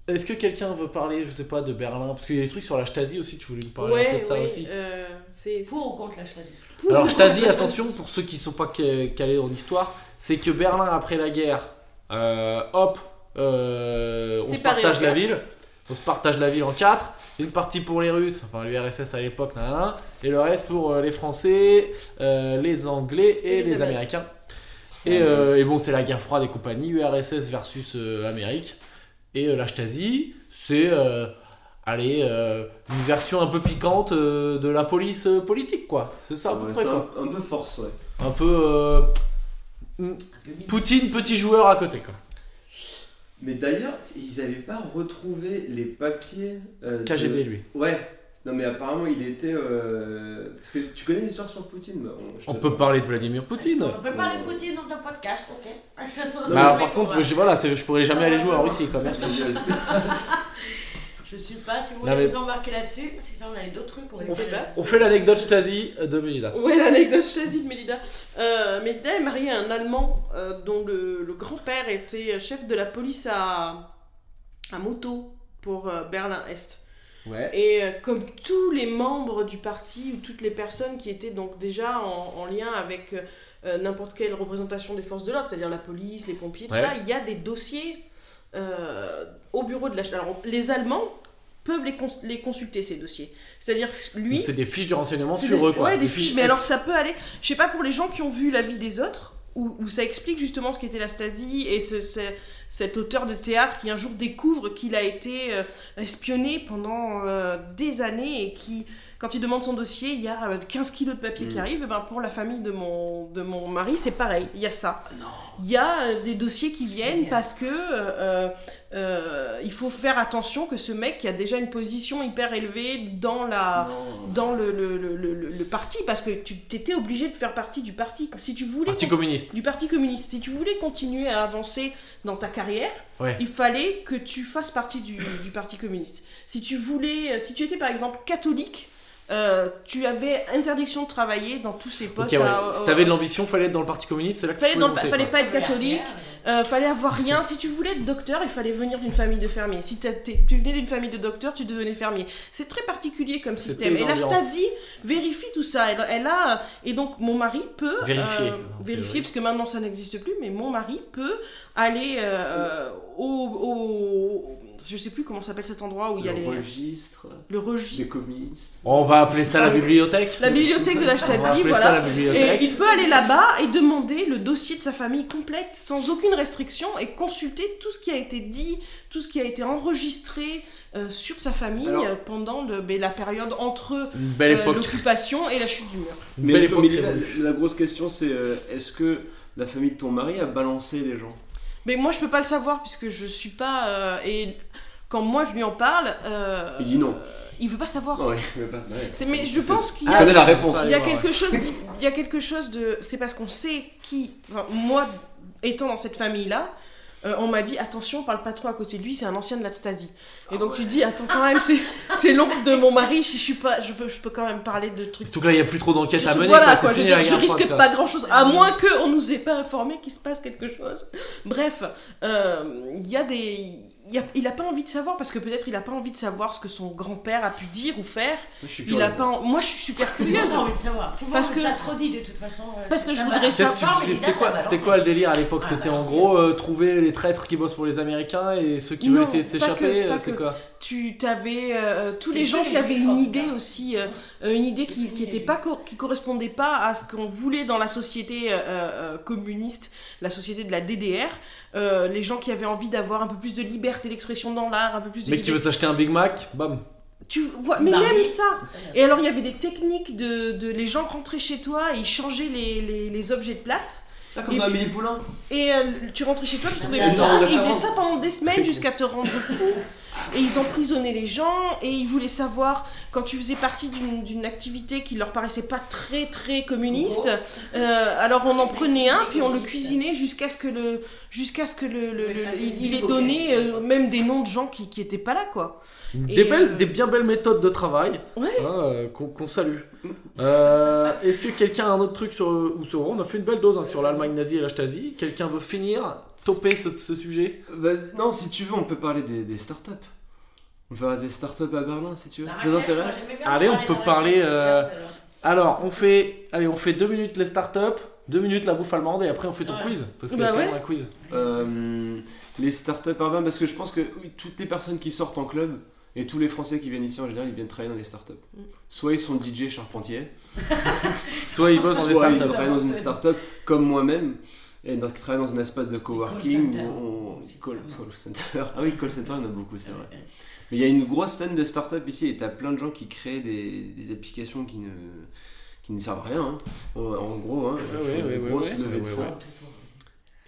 A: est-ce que quelqu'un veut parler, je sais pas, de Berlin Parce qu'il y a des trucs sur la Stasi aussi, tu voulais nous parler un peu de ça aussi.
D: euh, c'est
C: Pour ou contre la choisir
A: Alors Stasi, attention pour ceux qui sont pas ca- calés en histoire, c'est que Berlin après la guerre, euh, hop, euh, on se
D: Séparé
A: partage
D: en
A: la
D: quatre.
A: ville, on se partage la ville en quatre, une partie pour les Russes, enfin l'URSS à l'époque, nanana, et le reste pour euh, les Français, euh, les Anglais et,
D: Et
A: les,
D: les
A: Américains. Et, euh, et bon, c'est la guerre froide et compagnie, URSS versus euh, Amérique. Et euh, la Stasi, c'est euh, allez, euh, une version un peu piquante euh, de la police euh, politique, quoi. C'est ça à peu
B: Ouais,
A: près,
B: c'est
A: quoi.
B: un, un peu force, ouais.
A: Un peu euh, hmm, Poutine, petit joueur à côté, quoi.
B: Mais d'ailleurs, t- ils avaient pas retrouvé les papiers. euh, de-
A: KGB, lui.
B: Ouais. Non, mais apparemment, il était. euh, Parce que tu connais l'histoire sur Poutine bah, je te-
A: On peut parler de Vladimir Poutine.
B: Ah,
C: On peut parler de Poutine dans ton podcast, ok
A: Euh. Mais alors, par contre, je, voilà, c'est- je pourrais jamais aller jouer en Russie, quoi. Merci.
B: Merci.
C: Je suis pas, si vous
A: Non,
C: voulez
A: mais-
C: vous embarquer là-dessus, si on a d'autres trucs, on
D: On
C: les
D: fait
C: fait
D: pas.
A: On fait l'anecdote Stasi de Mélida.
D: Ouais, l'anecdote choisie de Mélida. Euh, Mélida est mariée à un Allemand euh, dont le, le grand-père était chef de la police à, à moto pour euh, Berlin-Est.
A: Ouais.
D: Et euh, comme tous les membres du parti ou toutes les personnes qui étaient donc déjà en, en lien avec euh, euh, n'importe quelle représentation des forces de l'ordre, c'est-à-dire la police, les pompiers, tout
A: Ouais.
D: ça, il y a des dossiers euh, au bureau de la... Alors, les Allemands peuvent les, cons- les consulter, ces dossiers. C'est-à-dire que lui...
A: C'est des fiches de renseignement
D: C'est
A: sur
D: des-
A: eux, quoi.
D: Ouais, des fiches. Mais
A: F.
D: alors ça peut aller. Je sais pas pour les gens qui ont vu la vie des autres, où, où ça explique justement ce qu'était la Stasi et ce- ce- cet auteur de théâtre qui un jour découvre qu'il a été euh, espionné pendant euh, des années et qui, quand il demande son dossier, il y a euh, 15 kilos de papier qui
B: Mm.
D: arrivent. Et ben pour la famille de mon, de mon mari, c'est pareil, il y a ça.
B: Ah non.
D: Il y a euh, des dossiers qui viennent
C: Génial.
D: parce que euh, euh, il faut faire attention que ce mec qui a déjà une position hyper élevée dans la
B: non.
D: dans le, le, le, le- le- le parti parce que tu t'étais obligé de faire partie du parti si tu voulais
A: Parti
D: con-
A: communiste.
D: du parti communiste si tu voulais continuer à avancer dans ta carrière
A: Ouais.
D: il fallait que tu fasses partie du, du parti communiste si tu voulais si tu étais par exemple catholique euh, tu avais interdiction de travailler dans tous ces
A: Ok,
D: postes
A: ouais.
D: à-
A: Si
D: à-
A: t'avais de l'ambition, fallait être dans le Parti communiste, c'est là que tu
D: euh, fallait,
A: pouvais
D: dans le-
A: monter,
D: fallait
A: quoi.
D: pas être catholique euh, fallait avoir rien. Si tu voulais être docteur, il fallait venir d'une famille de fermiers. Si t'as- t'es- tu venais d'une famille de docteurs, tu devenais fermier. C'est très particulier comme
A: C'était
D: système. Et
A: une
D: la
A: ambiance.
D: Stasi vérifie tout ça. Elle, elle a euh, et donc mon mari peut
A: Vérifier, en
D: euh,
A: théorie.
D: vérifier parce que maintenant ça n'existe plus. Mais mon mari peut aller euh, au, au- je sais plus comment s'appelle cet endroit où il y a les,
B: Le registre
D: le registre,
B: des communistes.
A: On va appeler ça la bibliothèque.
D: euh, la bibliothèque de la
A: On va
D: Stasi,
A: appeler
D: voilà.
A: ça la
D: Et
A: bibliothèque.
D: il peut aller là-bas et demander le dossier de sa famille complète, sans aucune restriction, et consulter tout ce qui a été dit, tout ce qui a été enregistré euh, sur sa famille
B: Alors-
D: euh, pendant le- ben, la période entre
A: Une belle
D: euh,
A: époque.
D: l'occupation et la chute du mur.
A: Une
B: Mais,
A: belle
B: mais
A: époque
B: la,
A: révolue.
B: la grosse question, c'est euh, est-ce que la famille de ton mari a balancé les gens
D: Mais moi, je peux pas le savoir puisque je suis pas. euh, et quand moi je lui en parle, euh,
B: Il dit non.
D: euh, il veut pas savoir.
B: Ah Ouais, mais pas. ouais.
D: C'est- mais je
B: Parce que
D: pense qu'il y
B: Tu
D: a.
B: connais la réponse.
A: Ah,
D: Il y a
A: Ouais, ouais.
D: quelque chose, d'hy- il y a quelque chose de, c'est parce qu'on sait qui, enfin, moi, étant dans cette famille-là, euh, on m'a dit attention, parle pas trop à côté de lui, c'est un ancien de la Stasi. Et donc tu dis attends quand même, c'est, c'est l'oncle de mon mari, si je suis pas, je peux, je peux quand même parler de trucs.
A: Surtout que là, il n'y a plus trop d'enquête à
D: Surtout-
A: mener.
D: voilà
A: quoi, c'est
D: quoi, je,
A: fini,
D: veux dire,
A: la
D: je
A: guerre
D: risque
A: froide, quoi.
D: pas grand chose, à moins qu'on nous ait pas informé qu'il se passe quelque chose. Bref, euh, il y a des. il y a- il a pas envie de savoir parce que peut-être il a pas envie de savoir ce que son grand-père a pu dire ou faire.
B: Je suis
D: Il
B: curieux.
D: a pas. en- Moi je suis super
C: Tout le monde
D: curieuse. hein.
C: a envie de savoir. Tout le
D: Parce
C: monde
D: que-
C: t'a trop dit de toute façon. euh,
D: Parce que je
C: t'as
D: voudrais
C: mal-
A: Tu sais,
D: savoir,
C: t'as pas
A: c'était-
C: envie
A: C'était
C: d'être
A: quoi,
C: balancé.
A: c'était quoi le délire à l'époque
C: Ah,
A: C'était en
C: balancier.
A: gros euh, trouver les traîtres qui bossent pour les Américains et ceux qui veulent
D: Non,
A: essayer de
D: pas
A: s'échapper.
D: que- pas
A: euh, C'est
D: que.
A: quoi
D: tu avais tous
C: C'était
D: les
C: que
D: gens
C: les
D: qui avaient une
C: uniformes,
D: idée
C: là.
D: aussi, euh, euh, une idée qui,
C: C'était
D: qui
C: que les
D: était pas co- qui correspondait pas à ce qu'on voulait dans la société euh, euh, communiste, la société de la DDR. Euh, les gens qui avaient envie d'avoir un peu plus de liberté d'expression dans l'art, un peu plus de
A: Mec qui veut
D: liberté.
A: s'acheter un Big Mac, bam.
D: Tu vois, mais
C: Bah
D: même
C: oui.
D: ça. Et alors il y avait des techniques de, de les gens rentraient chez toi et ils changeaient les, les- les objets de place.
B: Ah, comme
D: Et
B: dans
D: puis-
B: Amélie Poulain.
D: Et euh, tu rentrais chez toi, tu trouvais
C: Mais
D: plus
B: non,
D: rien.
B: on a
D: Et
B: fait
D: Ils faisaient
B: avant.
D: ça pendant des
A: C'est
D: semaines
A: bon.
D: jusqu'à te rendre fou. Et ils emprisonnaient les gens. Et ils voulaient savoir quand tu faisais partie d'une d'une activité qui leur paraissait pas très très communiste. euh, alors on en prenait un, puis on le cuisinait jusqu'à ce que le jusqu'à ce que le, le- le- il, il ait donné euh, même des noms de gens qui qui étaient pas là quoi.
A: Des,
D: Et,
A: belles,
D: euh,
A: des bien belles méthodes de travail
D: Ouais.
A: hein, euh, qu'on qu'on salue. Euh, Est-ce que quelqu'un a un autre truc sur, ou sur on a fait une belle dose hein, sur l'Allemagne nazie et la Stasi. Quelqu'un veut finir, toper ce, ce sujet
B: Vas-y, Non, si tu veux, on peut parler des, des startups. On peut parler des startups à Berlin si tu veux.
C: La
B: Ça
C: raquette,
B: t'intéresse
C: j'aimais bien
A: Allez, on
C: parler
A: peut
C: de la
A: parler,
C: raquette,
A: euh,
C: c'est bien,
A: Alors on fait, allez, on fait deux minutes les startups, deux minutes la bouffe allemande et après on fait ton
C: Ouais.
A: quiz parce qu'il y a
D: Bah
A: quand
D: ouais.
A: même un quiz.
B: Euh, les startups à Berlin, parce que je pense que oui, toutes les personnes qui sortent en club et tous les Français qui viennent ici en général, ils viennent travailler dans les startups.
D: Mm.
B: Soit ils sont DJ charpentier,
A: Soit ils bossent dans des
B: Soit ils
A: startups.
B: travaillent dans une start-up comme moi-même, et donc ils travaillent dans un espace de coworking.
C: center.
B: où on-
C: C'est
B: Call,
C: clair.
B: call center. Ah oui, call center, il y en a beaucoup, c'est vrai.
C: Ouais.
B: Mais il y a une grosse scène de start-up ici, et t'as plein de gens qui créent des, des applications qui ne, qui ne servent à rien, hein. en, en gros. Hein,
A: Ah Ouais,
B: qui font
A: ouais,
B: des
A: ouais,
B: grosses
A: ouais,
B: levées de
A: ouais,
B: fonds.
A: ouais.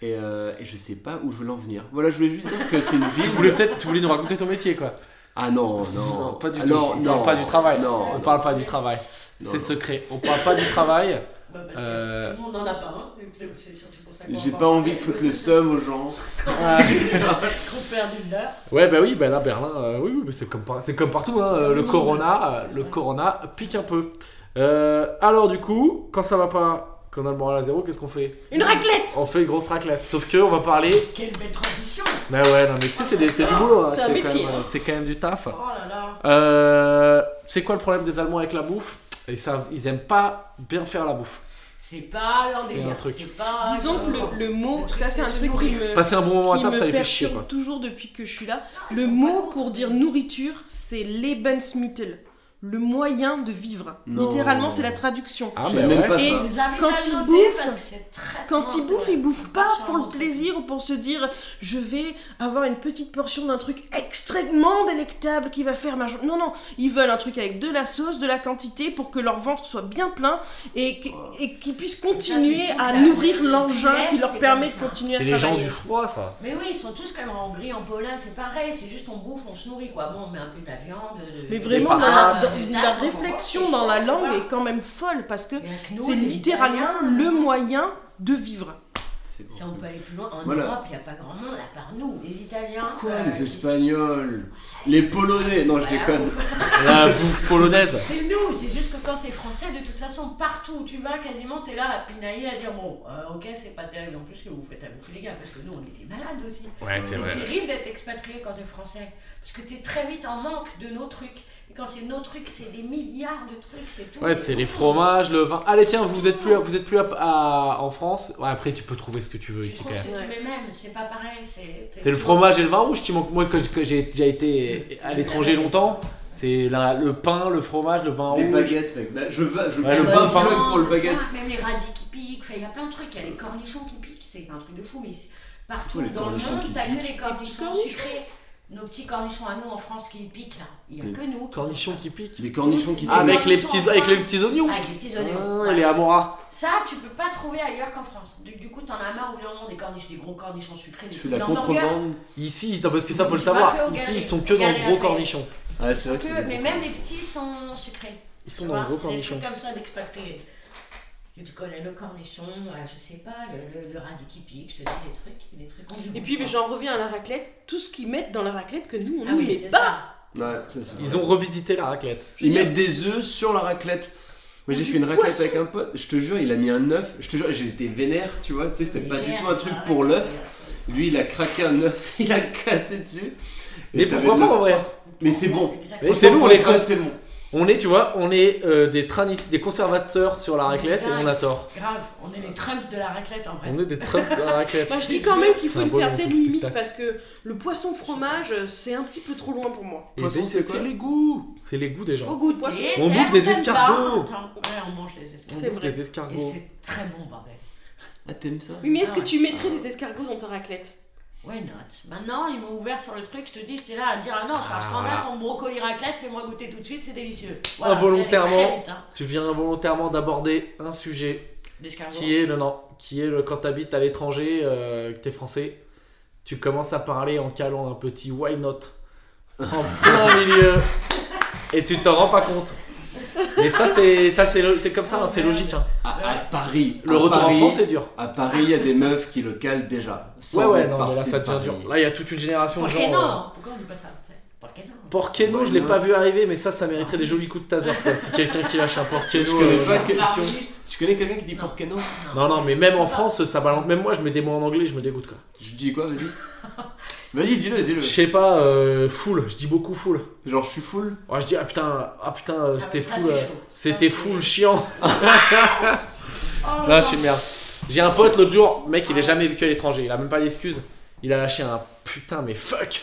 B: Et, euh, et je sais pas où je veux en venir. Voilà, je voulais juste dire que c'est une ville.
A: Tu voulais peut-être, tu voulais nous raconter ton métier quoi.
B: Ah non, non.
A: Non, pas du
B: Ah
A: tout.
B: non,
A: On
B: non,
A: parle pas du travail.
B: Non,
A: On parle pas du travail.
B: Non,
A: C'est
B: non.
A: secret. On parle pas du travail.
C: Bah, parce que
A: Euh,
C: Tout le monde n'en a pas un. c'est- C'est surtout pour ça qu'on
B: J'ai
C: va
B: pas
C: en
B: envie de
C: parler.
B: foutre le seum aux gens.
C: Trop perdu de là.
A: Ouais, bah oui, bah là, Berlin, euh, oui, oui, mais c'est comme, par- c'est comme partout, hein, euh, le corona, euh,
C: C'est
A: le
C: ça.
A: corona pique un peu. Euh, alors, du coup, quand ça va pas, qu'on a le moral à zéro, qu'est-ce qu'on fait
D: Une raclette.
A: On fait une grosse raclette. Sauf que, on va parler.
C: Quelle belle transition
A: Bah ouais, non, mais tu sais, c'est des- c'est du boulot, hein,
D: C'est un
A: quand
D: métier.
A: même, euh, C'est quand même du taf.
C: Oh là là
A: Euh, c'est quoi le problème des Allemands avec la bouffe ils, savent, ils aiment pas bien faire la bouffe.
C: C'est pas leur
A: C'est
C: délire.
A: un truc.
C: c'est pas-
D: Disons que le, le mot,
C: Le truc,
D: ça c'est
C: c'est
D: un
C: se
D: truc qui
C: nourrir.
D: me
A: Passer un bon moment à
D: Euh, qui
A: table,
D: me
A: ça les fait chier,
D: perturbe
A: quoi.
D: toujours depuis que je suis là.
C: ils
D: le
C: sont
D: mot
C: pas
D: pour
C: contre.
D: dire nourriture, c'est Lebensmittel. le moyen de vivre.
B: Non.
D: Littéralement, c'est la traduction.
A: Ah,
B: J'ai
A: mais
B: même
A: ouais.
B: pas
D: Et-
B: ça.
C: Vous avez
D: Quand
C: qu'à
D: il
C: le noter
D: bouffe-
C: parce que c'est très
D: Quand ils
C: bon,
D: bouffent,
C: c'est
D: ils bouffent pas
C: Sur
D: pour
C: un
D: le
C: autre
D: plaisir ou pour se dire je vais avoir une petite portion d'un truc extrêmement délectable qui va faire ma journée. Non, non, ils veulent un truc avec de la sauce, de la quantité pour que leur ventre soit bien plein et qu'-
A: Oh.
D: et qu'ils puissent continuer
C: Ça, c'est
D: à
C: toute la-
D: nourrir l'engin
C: l'Est,
D: qui leur
C: c'est
D: permet
C: comme
D: de
C: ça.
D: continuer à
A: C'est les gens
D: travailler.
A: du froid, ça.
C: Mais oui, ils sont tous comme en Hongrie, en Pologne, c'est pareil, c'est juste on bouffe, on se nourrit quoi. Bon, on met un peu de la viande. de-
D: Mais
C: de-
D: vraiment,
C: des
D: la,
C: pâtes, des
D: la
C: dattes, on
D: réflexion
C: mange,
D: dans la
C: c'est
D: langue
C: voilà.
D: est quand même folle parce que
C: Il y a que nous,
D: c'est
C: les
D: littéralement
C: Italiens,
D: le
C: hein.
D: moyen de vivre.
B: C'est bon.
C: Si on peut aller plus loin, en
B: Voilà.
C: Europe, il n'y a pas grand monde à part nous, les Italiens.
B: Quoi,
C: euh,
B: les
C: qui-
B: Espagnols Les Polonais Non, je
C: Voilà.
B: déconne.
A: La bouffe polonaise.
C: C'est nous, c'est juste que quand t'es français, de toute façon, partout où tu vas, quasiment t'es là à pinailler, à dire bon, euh, ok, c'est pas terrible en plus que vous faites à bouffer les gars, parce que nous on était malades aussi.
A: Ouais, c'est
C: C'est
A: vrai.
C: terrible d'être expatrié quand t'es français, parce que t'es très vite en manque de nos trucs. Et quand c'est nos trucs, c'est des milliards de trucs, c'est tout.
A: Ouais, c'est les fromages, le vin. Allez, tiens, vous êtes plus, à- vous êtes plus à, à- en France. Ouais, après, tu peux trouver ce que tu veux
C: Tu
A: ici
C: trouves
A: quand même.
C: que tu mets même, c'est pas pareil. C'est
A: C'est le fromage et le vin rouge qui manque. Moi, que que j'ai déjà été à l'étranger longtemps, c'est la- le pain, le fromage, le vin
B: Les
A: rouge.
B: baguettes, mec. Bah, je veux, je
A: Ouais,
B: je
A: le
B: veux un
A: bon pain.
B: vlog pour le baguette.
C: Même les radis qui piquent, enfin, il y a plein de trucs, il y a les cornichons qui piquent, c'est un truc de fou, mais c'est- partout
B: quoi, les
C: dans le
B: cornichons
C: monde,
B: qui
C: t'as que
B: piquent
C: les cornichons
D: cornichons.
C: sucrés. Nos petits cornichons à nous en France qui piquent là, il n'y a
B: Les
C: que nous. qui-
A: Cornichons qui piquent.
B: Les cornichons qui
C: Les
A: Ah, avec les
C: cornichons
A: petits,
C: en
A: avec les
C: France.
A: petits oignons.
C: Avec les petits oignons.
A: Ah, et les amora.
C: Ça, tu peux pas trouver ailleurs qu'en France. Du, du coup, t'en as marre au bout d'un moment des cornichons, des gros cornichons sucrés, des
B: Tu fais
C: trucs
B: de la
C: d'hamburger.
B: contrebande.
A: Ici, non, parce que ça, faut le
C: Ils sont pas
A: savoir.
C: que au
A: Ici,
C: Gary.
A: ils sont que dans le
C: Gary
A: gros
C: a fait.
A: cornichon.
B: Ouais, Ah, c'est vrai que
C: Que-
B: c'est.
C: mais même les petits sont sucrés.
A: Ils
C: Tu
A: sont dans le
C: vois,
A: gros
C: c'est des
A: cornichon.
C: trucs comme ça d'expatriés. Et Tu connais le cornichon, euh, je sais pas, le, le- le radis qui pique, je te dis des trucs, des trucs qu'on
D: Et puis
C: les
D: mais j'en reviens à la raclette, tout ce qu'ils mettent dans la raclette que nous on
C: ah
D: ne
C: oui,
D: met
C: c'est
D: pas.
C: ça.
B: Ouais, ça, c'est
A: Ils
B: vrai.
A: ont revisité la raclette.
B: Ils mettent des œufs sur la raclette. Moi
D: Ou
B: j'ai
D: du
B: fait une raclette
D: poisson.
B: avec un pote, je te jure, il a mis un œuf, je te jure, j'étais vénère, tu vois, tu sais, c'était pas du
C: Légère,
B: tout un truc
D: hein.
C: ouais.
B: pour l'œuf. Lui il a craqué un œuf, il a cassé dessus. Et
A: Mais
B: t'avais
A: pourquoi
B: de
A: pas en
B: l'œuf.
A: vrai
B: Mais c'est bon.
C: Exactement.
A: Mais c'est
B: Autant
A: nous,
B: pour
A: on est
B: les
A: con-
B: crêpes, c'est bon.
A: On est, tu vois, on est euh, des tranis, des conservateurs sur la raclette et on a tort.
C: Grave, on est les Trump de la raclette en vrai.
A: On est des Trump de la raclette.
D: Moi, Bah, je dis quand même qu'il
A: C'est
D: faut
A: un
D: une
A: beau
D: certaine
A: long
D: limite
A: spectacle.
D: parce que le poisson fromage, euh, c'est un petit peu trop loin pour moi.
A: Et
B: Poisson,
A: ben,
B: c'est
A: c'est
B: quoi
A: les goûts, c'est les goûts des gens.
D: Faut goûter.
A: On bouffe des escargots.
C: Attends, ouais, on mange des
A: On
C: escargots.
D: c'est
A: bouffe
D: vrai.
A: des
C: Et
A: escargots.
C: c'est très bon, bordel.
B: Ah t'aimes ça
D: Oui, mais est-ce
C: Ah
D: que
C: ouais.
D: tu mettrais des escargots dans ta raclette
C: Why not Maintenant, ils m'ont ouvert sur le truc, je te dis, j'étais là à dire Ah non, c'est un
A: Ah,
C: scandale,
A: voilà. Ah,
C: ton brocoli raclette, fais-moi goûter tout de suite, c'est délicieux.
A: Involontairement.
C: c'est allé très vite, hein,
A: Tu viens involontairement d'aborder un sujet
C: l'escargot.
A: qui est le non, qui est le quand t'habites à l'étranger, euh, que t'es français, tu commences à parler en calant un petit why not en plein milieu et tu t'en rends pas compte. Mais ça c'est ça c'est lo- c'est comme ça, hein, c'est logique. hein.
B: à, à Paris.
A: Le
B: à
A: retour
B: Paris,
A: en France c'est dur.
B: À Paris, il y a des meufs qui le calent déjà. Sans
A: Ouais ouais
B: être
A: non, mais là
B: parties
A: ça
B: de
A: devient
B: Paris.
A: dur. Là il y a toute une génération de
C: Pourquoi
A: gens. euh,
C: non Pourquoi on dit pas ça tu sais Pourquoi non
A: Porqueno,
B: Why
A: je l'ai
B: not
A: pas vu arriver, mais ça, ça mériterait des jolis coups de taser. quoi. Si quelqu'un qui lâche un Porqueno.
B: Je connais
A: euh,
B: pas
C: Tu
B: quelle
C: parles
B: émission.
C: juste-
B: Tu connais quelqu'un qui dit
C: Non.
B: Porcano
A: Non, non, mais même en France, ça balance. Même moi, je mets des mots en anglais, je me dégoûte quoi.
B: Je dis quoi, vas-y Vas-y, dis-le, dis-le.
A: Je sais pas, euh, full, je dis beaucoup full.
B: Genre, je suis full.
A: Ouais, je dis, ah putain, ah putain, euh,
C: Ah,
A: c'était
C: ça,
A: full.
C: c'est
A: euh,
C: chaud.
A: C'était
C: Ça,
A: full chiant.
C: Oh,
A: Là, je suis une merde. J'ai un pote l'autre jour, mec, il est jamais vécu à l'étranger, il a même pas l'excuse. Il a lâché un putain, mais fuck.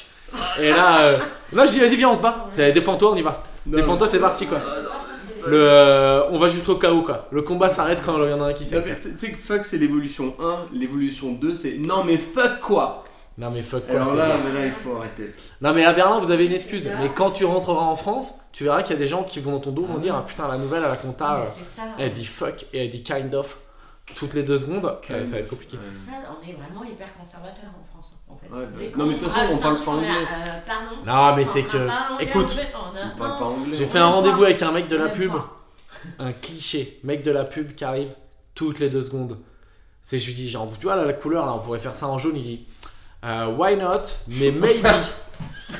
A: Et là, euh, là, je dis, vas-y, viens, on se bat. C'est- Défends-toi, on y va. Défends-toi, c'est parti quoi.
C: Ah, ça, c'est-
A: Le, euh, on va jusqu'au chaos quoi. Le combat s'arrête quand il y en a un qui
B: Non, mais
A: s'éclate.
B: Tu sais que fuck, c'est l'évolution 1. L'évolution 2, c'est non, mais fuck quoi
A: Non mais fuck quoi.
B: Alors
A: c'est
B: là,
A: bien.
B: mais là, il faut arrêter.
A: Non mais à Berlin, vous avez une excuse. Mais quand tu rentreras en France, tu verras qu'il y a des gens qui vont dans ton dos, vont dire, ah putain, la nouvelle à la compta,
C: Mais
A: euh,
C: C'est ça.
A: elle dit fuck et elle dit kind of toutes les deux secondes. Euh, ça va être compliqué.
C: Ça, on est vraiment hyper conservateur en France. En fait.
B: Ouais, bah,
C: Dès
B: non, mais de toute façon,
C: qu'on
B: on parle
C: rajoute
B: pas
C: un truc,
B: anglais.
C: on est là, euh, pardon.
A: Non, mais
C: On
A: c'est
C: parle
A: que.
C: pas anglais,
A: écoute,
C: en fait, on a-
B: On parle pas anglais.
A: J'ai
B: hein.
A: fait un rendez-vous avec un mec de la
C: Même
A: pub,
C: pas.
A: un cliché, mec de la pub qui arrive toutes les deux secondes. C'est, je lui dis, genre, tu vois là, la couleur, là, on pourrait faire ça en jaune. Il dit, Euh, why not, mais maybe.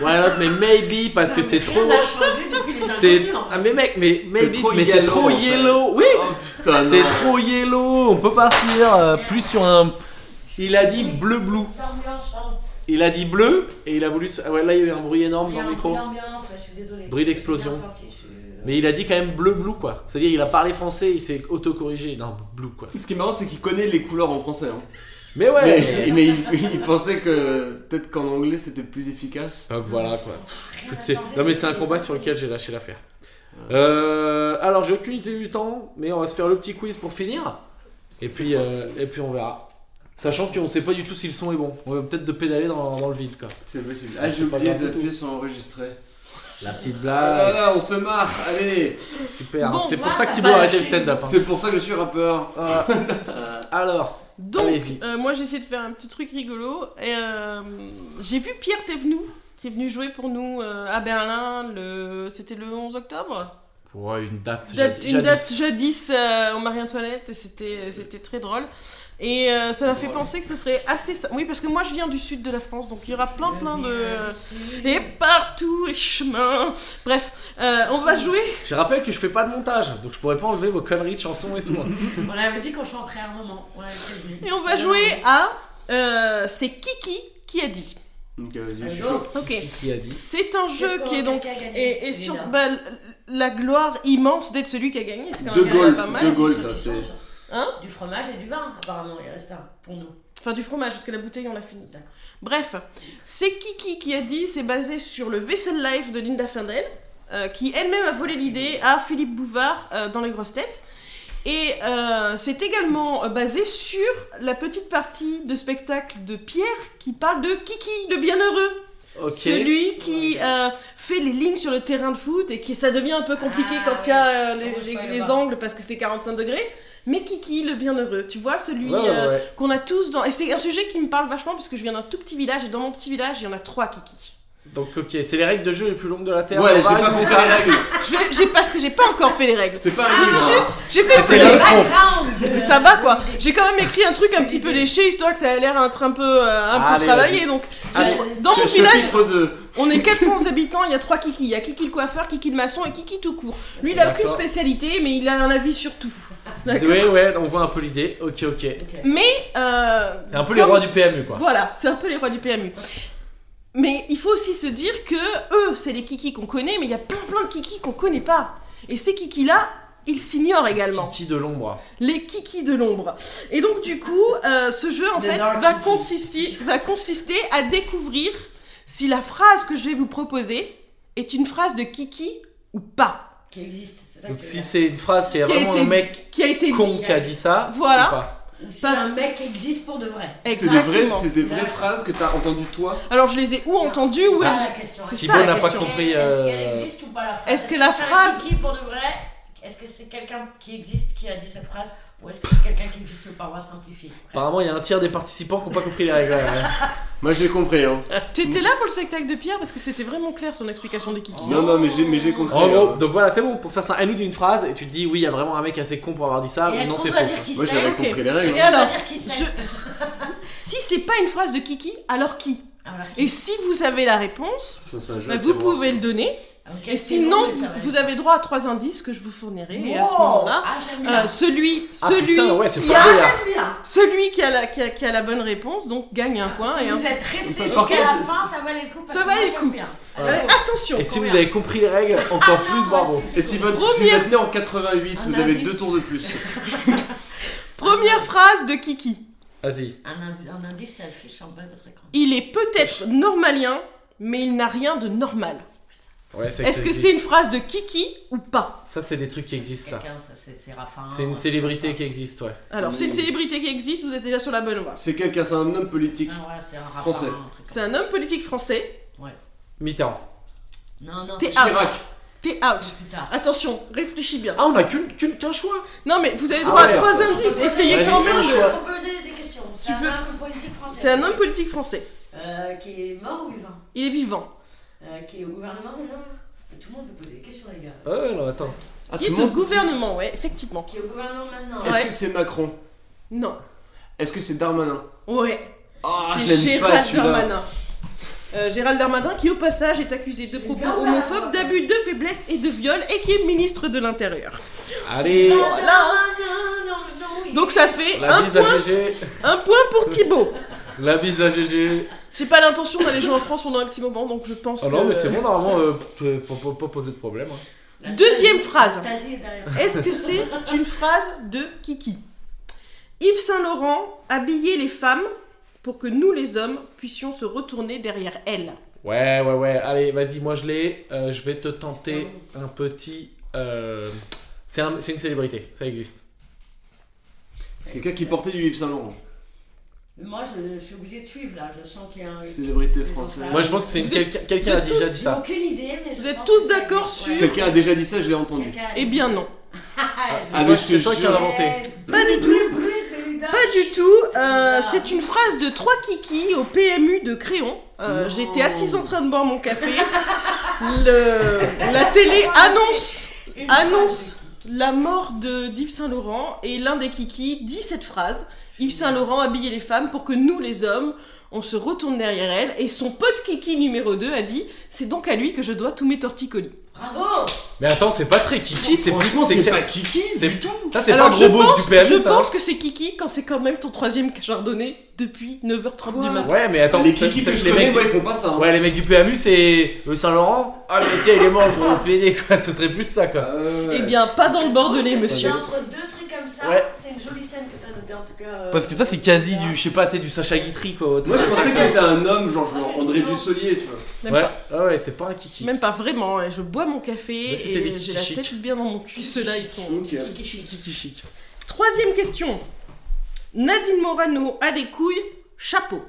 A: why not, mais maybe, parce que c'est trop.
C: Rien n'a changé depuis les
A: C'est.
C: inconnus, en
A: Ah,
C: fait.
A: mais mec, mais maybe,
B: trop
A: mais c'est
B: yellow,
A: trop
B: en fait.
A: yellow. Oui,
B: Oh putain,
A: c'est
B: non.
A: trop yellow. On peut partir euh, plus sur un. Il a dit bleu blue.
C: L'ambiance, pardon.
A: Il a dit bleu et il a voulu. se- Ah ouais, là, il y a eu un bruit énorme
C: Il y
A: dans
C: a
A: le
C: un
A: micro.
C: bruit d'ambiance, ouais, je suis désolée.
A: Bruit d'explosion.
C: Je suis bien sortie, je suis-
A: Mais il a dit quand même bleu blue quoi. C'est-à-dire il a parlé français, il s'est autocorrigé. Non, blue quoi.
B: Ce qui est marrant, c'est qu'il connaît les couleurs en français. hein.
A: Mais ouais.
B: Mais, mais il, il pensait que peut-être qu'en anglais, c'était plus efficace.
A: Donc voilà quoi.
C: Rien
A: Toutes
C: n'a
A: ces-
C: changé
A: Non mais
C: depuis
A: c'est un
C: les
A: combat sur
C: inconnus.
A: lequel j'ai lâché l'affaire. Euh, alors, j'ai aucune idée du temps, mais on va se faire le petit quiz pour finir. Et puis, euh, et puis on verra. Sachant qu'on sait pas du tout si le son est bon. On va peut-être de pédaler dans, dans le vide, quoi.
B: C'est possible. Ah, j'ai
A: C'est pas
B: oublié
A: grave du
B: d'appuyer sur enregistrer.
A: La petite
B: Ah là
A: blague.
B: là, on se marre, allez
A: Super. hein.
E: Bon,
A: c'est pour
E: voilà,
A: ça que Thibaut
E: bah,
A: a arrêté le
E: j'ai-
A: stand-up. hein.
B: C'est pour ça que je suis rappeur.
A: Ah, alors,
D: Donc,
A: Allez-y.
D: euh, moi j'ai essayé de faire un petit truc rigolo. Et, euh, j'ai vu Pierre Thévenoud qui est venu jouer pour nous euh, à Berlin, le... c'était le 11 octobre
A: pour une date,
D: Date-
A: jadi-
D: Une date
A: jadis.
D: jadis euh, au Marie-Antoinette, et c'était euh, c'était très drôle. Et euh, ça m'a fait
B: Drôle.
D: penser que ce serait assez. sa- Oui, parce que moi je viens du sud de la France, donc il y aura plein plein de. Et partout les chemins. Bref, euh, on va jouer.
A: Je rappelle que je fais pas de montage, donc je pourrais pas enlever vos conneries de chansons et tout. hein.
E: On avait dit qu'on chanterait un moment. On avait prévenu.
D: Et on va jouer à. euh, C'est Kiki qui a dit.
B: Donc euh, vas-y, je suis
E: Bonjour.
B: chaud.
D: Ok.
A: Qui- Qui a dit
D: C'est un jeu qui est donc. Et, et sur
E: ce
D: bah, l- la gloire immense d'être celui qui a gagné, c'est quand
B: De
D: même
B: Gaulle,
D: pas mal.
B: De Gaulle, ça, c'est-
D: Hein
E: Du fromage et du vin, apparemment, il reste un pour nous.
D: Enfin, du fromage, parce que la bouteille, on l'a fini. Bref, c'est Kiki qui a dit, c'est basé sur le Vessel Life de Linda Findel, euh, qui elle-même a volé l'idée à Philippe Bouvard euh, dans Les Grosses Têtes. Et euh, c'est également euh, basé sur la petite partie de spectacle de Pierre qui parle de Kiki, le bienheureux.
A: Ok.
D: Celui qui euh, fait les lignes sur le terrain de foot et qui ça devient un peu compliqué
E: Ah,
D: quand il y a
E: oui. Oh, je
D: euh, les,
E: peux
D: les-
E: aller
D: les
E: voir.
D: angles parce que c'est 45 degrés. Mais Kiki, le bienheureux, tu vois, celui
A: Ouais, ouais,
D: euh,
A: ouais.
D: qu'on a tous dans. Et c'est un sujet qui me parle vachement parce que je viens d'un tout petit village et dans mon petit village, il y en a trois Kiki.
A: Donc, ok, c'est les règles de jeu les plus longues de la Terre.
B: Ouais,
A: On
B: j'ai
A: va
B: pas
A: répondre
B: compris
A: à-
B: les règles.
D: Je vais- j'ai parce que j'ai pas encore fait les règles. Ah,
B: C'est pas un livre. hein.
D: Juste, j'ai fait Ah,
A: C'était l'intro.
E: Round
D: Ça va quoi J'ai quand même écrit un truc un petit peu léché histoire que ça a l'air un train un peu, euh, un peu
A: Allez,
D: travaillé. Donc, j'ai
A: Allez.
D: tro- dans mon
B: Ch-
D: village,
B: Chapitre 2.
D: On est 400 habitants, il y a trois Kiki. Il y a Kiki le coiffeur, Kiki le maçon et Kiki tout court. Lui, il a
A: D'accord.
D: aucune spécialité, mais il a un avis sur tout. D'accord
A: Ouais, ouais, on voit un peu l'idée. Ok, ok.
D: Euh,
A: C'est un peu
D: comme-
A: les rois du PMU, quoi.
D: Voilà, c'est un peu les rois du PMU. Mais il faut aussi se dire que eux, c'est les Kiki qu'on connaît, mais il y a plein plein de Kiki qu'on connaît pas. Et ces Kiki-là, ils s'ignorent également.
A: Titi de l'ombre.
D: Les Kiki de l'ombre. Et donc, du coup, euh, ce jeu, en
E: The
D: fait,
E: Dark
D: va
E: Kiki.
D: consister, va consister à découvrir si la phrase que je vais vous proposer est une phrase de Kiki ou pas.
E: qui existe, c'est ça
A: Donc
E: que
A: si c'est une phrase qui est
D: Qui a
A: vraiment
D: été
A: un mec
D: qui a été
A: con
D: dit.
A: qui a dit ça,
D: Voilà.
A: ou pas
E: Ou si
D: pas-
E: un mec qui existe pour de vrai.
B: C'est des
D: Exactement.
B: vraies, c'est des vraies
E: D'accord.
B: phrases que t'as entendu toi.
D: Alors je les ai ou
C: Ah.
D: entendues ou
E: C'est
D: elles-
E: ça la question.
D: C'est
A: Thibaut
D: ça, la
A: n'a pas
D: question.
A: compris.
E: Est-ce qu'elle
A: euh,
E: existe ou pas la phrase
D: est-ce que la
E: c'est un
D: phrase-
E: Qui pour de vrai Est-ce que c'est quelqu'un qui existe qui a dit cette phrase Ou est-ce que c'est quelqu'un qui existe pas On va simplifier.
A: Apparemment, il y a un tiers des participants qui n'ont pas compris les règles. ouais.
B: Moi j'ai compris. Hein.
D: Tu étais là pour le spectacle de Pierre parce que c'était vraiment clair son explication des kikis.
B: Non, non, mais j'ai, mais j'ai compris.
A: en gros,
B: hein.
A: donc voilà, c'est bon pour faire ça. Elle nous dit une phrase et tu te dis oui, il y a vraiment un mec assez con pour avoir dit ça,
E: Et
A: mais
E: est-ce
A: non,
E: qu'on
A: c'est
E: doit
A: faux.
E: dire qui
B: Moi
E: c'est
B: j'avais
D: ok.
B: compris les règles.
E: Est-ce
D: Et
B: hein.
E: qu'on doit
D: alors,
E: dire qui c'est
D: je- Si c'est pas une phrase de kiki, alors qui
E: Alors, qui-
D: Et si vous avez la réponse,
B: Putain, c'est un jeu
D: bah,
B: à
D: vous
B: tiroir.
D: pouvez le donner.
E: Ok,
D: Et
E: c'est long,
D: sinon,
E: mais ça va
D: vous
E: être-
D: avez droit à trois indices que je vous fournirai. Et à ce
E: Wow
D: moment-là,
E: Ah, j'aime
D: euh,
E: bien.
D: celui,
A: Ah
D: celui,
A: putain, ouais, c'est hein.
D: qui
A: pas
D: a,
A: bien.
E: J'aime bien.
D: celui qui a la, qui a, qui a la bonne réponse, donc gagne un point.
E: Ah, Si
D: et un...
E: vous êtes resté
B: Par
E: jusqu'à la
B: contre,
E: fin, ça valait le coup. parce
D: ça
E: que
D: valait
E: moi,
D: le
E: j'aime
D: coup.
E: bien.
D: Allez, attention.
A: Et si vous
E: Combien
A: avez compris les règles, encore plus
E: Ah,
A: bravo.
E: c'est
B: Et si
E: cool.
B: votre, si
D: Première-
B: votre né en 88,
E: Un
B: vous avez
E: indice.
B: deux tours de plus.
D: Première phrase de kiki.
A: Vas-y.
E: Un, ind- un indice s'affiche en bas de votre écran.
D: Il est peut-être normalien, mais il n'a rien de normal.
A: Ouais, c'est
D: Est-ce
A: ça
D: que
A: existe.
D: c'est une phrase de Kiki ou pas
A: Ça, c'est des trucs qui existent, ça.
E: Quelqu'un, ça, c'est c'est Raphaël.
A: C'est une célébrité qui existe, ouais.
D: Alors, c'est une
B: Oui.
D: célébrité qui existe, vous êtes déjà sur la bonne voie.
B: C'est quelqu'un, c'est un homme politique.
E: Ah, ouais, c'est un Raphaël,
B: Français.
E: un truc comme
D: C'est un homme politique français,
A: Mitterrand.
E: ça. Non, non,
D: T'es
E: c'est
D: out.
B: Chirac.
D: t'es
E: c'est
D: out.
E: plus tard.
D: Attention, réfléchis bien.
A: Ah, on a qu'une- qu'une- qu'un choix
D: Non mais vous avez
A: Ah
D: droit
A: ouais,
D: à trois
A: ça-
D: indices,
E: On peut
D: essayez
E: poser-
D: quand
A: fais
D: même.
A: un choix.
E: Est-ce qu'on peut poser des questions C'est
D: Tu
E: un
D: peux-
E: homme politique français.
D: C'est un homme politique français,
E: Euh, qui est mort ou vivant
D: il est vivant.
E: Euh, Qui est au gouvernement ou non Tout le monde peut poser des questions, les gars.
A: Ah Ouais, non, attends.
B: Ah,
D: Qui
B: tout
D: est
B: le
D: au
B: monde-
D: gouvernement, ouais, effectivement.
E: Qui est au gouvernement maintenant
B: Est-ce
D: Ouais.
B: que c'est Macron
D: Non.
B: Est-ce que c'est Darmanin
D: Ouais,
B: Ah, je
D: c'est
B: l'aime pas
D: Gérald
B: celui-là.
D: Darmanin. Euh, Gérald Darmanin qui au passage est accusé de
E: J'ai
D: propos
E: bien ouvert la
D: homophobes,
E: porte.
D: d'abus de faiblesse et de viol et qui est ministre de l'Intérieur.
A: Allez,
D: Voilà.
E: Non, non, non, oui.
D: Donc ça fait
A: la
D: un
A: bise à
D: point,
A: GG.
D: un point pour Thibaut.
A: La bise à GG.
D: J'ai pas l'intention d'aller jouer en France pendant un petit moment, donc je pense
B: Oh
A: Ah non,
D: que-
A: mais c'est bon, normalement, euh, p- p- p- pas poser de problème. hein.
E: La
D: Deuxième
E: Stasi-
D: phrase.
E: Stasi est derrière.
D: Est-ce que c'est une phrase de Kiki Yves Saint-Laurent habillait les femmes pour que nous, les hommes, puissions se retourner derrière elles.
A: Ouais, ouais, ouais. Allez, vas-y, moi je l'ai. Euh, je vais te tenter un petit euh, c'est un- c'est une célébrité, ça existe.
B: C'est quelqu'un qui portait du Yves Saint Laurent.
C: Moi, je, je suis obligée de suivre là. Je sens qu'il y a un.
B: Célébrité française.
A: Moi je pense que c'est une-
D: Ah Vous
A: quelqu'un
D: êtes-
A: quelqu'un a déjà dit
C: J'ai
A: ça.
C: aucune idée, mais je
D: Vous êtes
C: pense
D: tous
C: que ça
D: d'accord
C: existe,
D: sur-
C: ouais.
B: Quelqu'un a déjà dit ça, je l'ai entendu.
C: Quelqu'un a
D: Eh
C: dit-
D: bien non.
C: Ah,
A: c'est
B: Ah,
A: toi,
B: mais je te
A: c'est toi qui l'as
B: jure.
A: inventé.
D: Pas du
C: tout. Pas
D: Pas du tout. euh, c'est une phrase de trois kiki au PMU de Créon. Euh,
B: Non.
D: J'étais assise en train de boire mon café. Le- la télé annonce, annonce la mort de d'Yves Saint Laurent et l'un des kiki dit cette phrase. Yves Saint Laurent habillait les femmes pour que nous les hommes on se retourne derrière elle et son pote Kiki numéro 2 a dit c'est donc à lui que je dois tous mes torticolis.
C: Bravo.
A: Mais attends, c'est pas très kiki, c'est
B: Franchement,
A: plus
B: c'est
A: c'est
B: pas Kiki
A: c'est-
B: du tout.
A: Ça c'est pas un
D: je
A: gros
D: pense,
A: boss du PMU
D: je
A: ça. hein.
D: pense que c'est Kiki quand c'est quand même ton troisième chardonnay depuis 9h30 du
B: Quoi
D: matin.
A: Ouais, mais attends,
B: les
A: ça-
B: Kiki
A: ça-
B: que je
A: les
B: connais,
A: mecs-
B: moi, ils font pas ça. hein.
A: Ouais, les mecs du PMU, c'est euh, Saint-Laurent. Ah, mais tiens, il est mort, le gros PD, quoi. Ce serait plus ça, quoi.
B: Ah, ouais, ouais.
D: Eh bien, pas dans le bordelais,
C: Je trouve que
D: monsieur.
C: C'est entre deux trucs comme ça.
A: Ouais.
C: C'est une jolie scène que t'as notée en tout cas. euh,
A: Parce que ça, c'est quasi du, je sais pas, tu sais, du Sacha Guitry, quoi.
B: Moi, je pensais que c'était un homme, genre,
C: Ah,
B: genre
C: ouais,
B: André
C: c'est bon.
B: Dussolier, tu vois.
D: Même,
A: Ouais,
D: pas,
A: ah ouais, c'est pas un kiki.
D: même pas vraiment. hein. Je bois mon café
A: Mais c'était des
D: et
A: petits
D: j'ai la
A: chics.
D: tête bien dans mon cul. Ceux-là, ils sont.
B: Ok.
A: Kiki chic. Kiki chic.
D: Troisième question. Nadine Morano a des couilles, chapeau.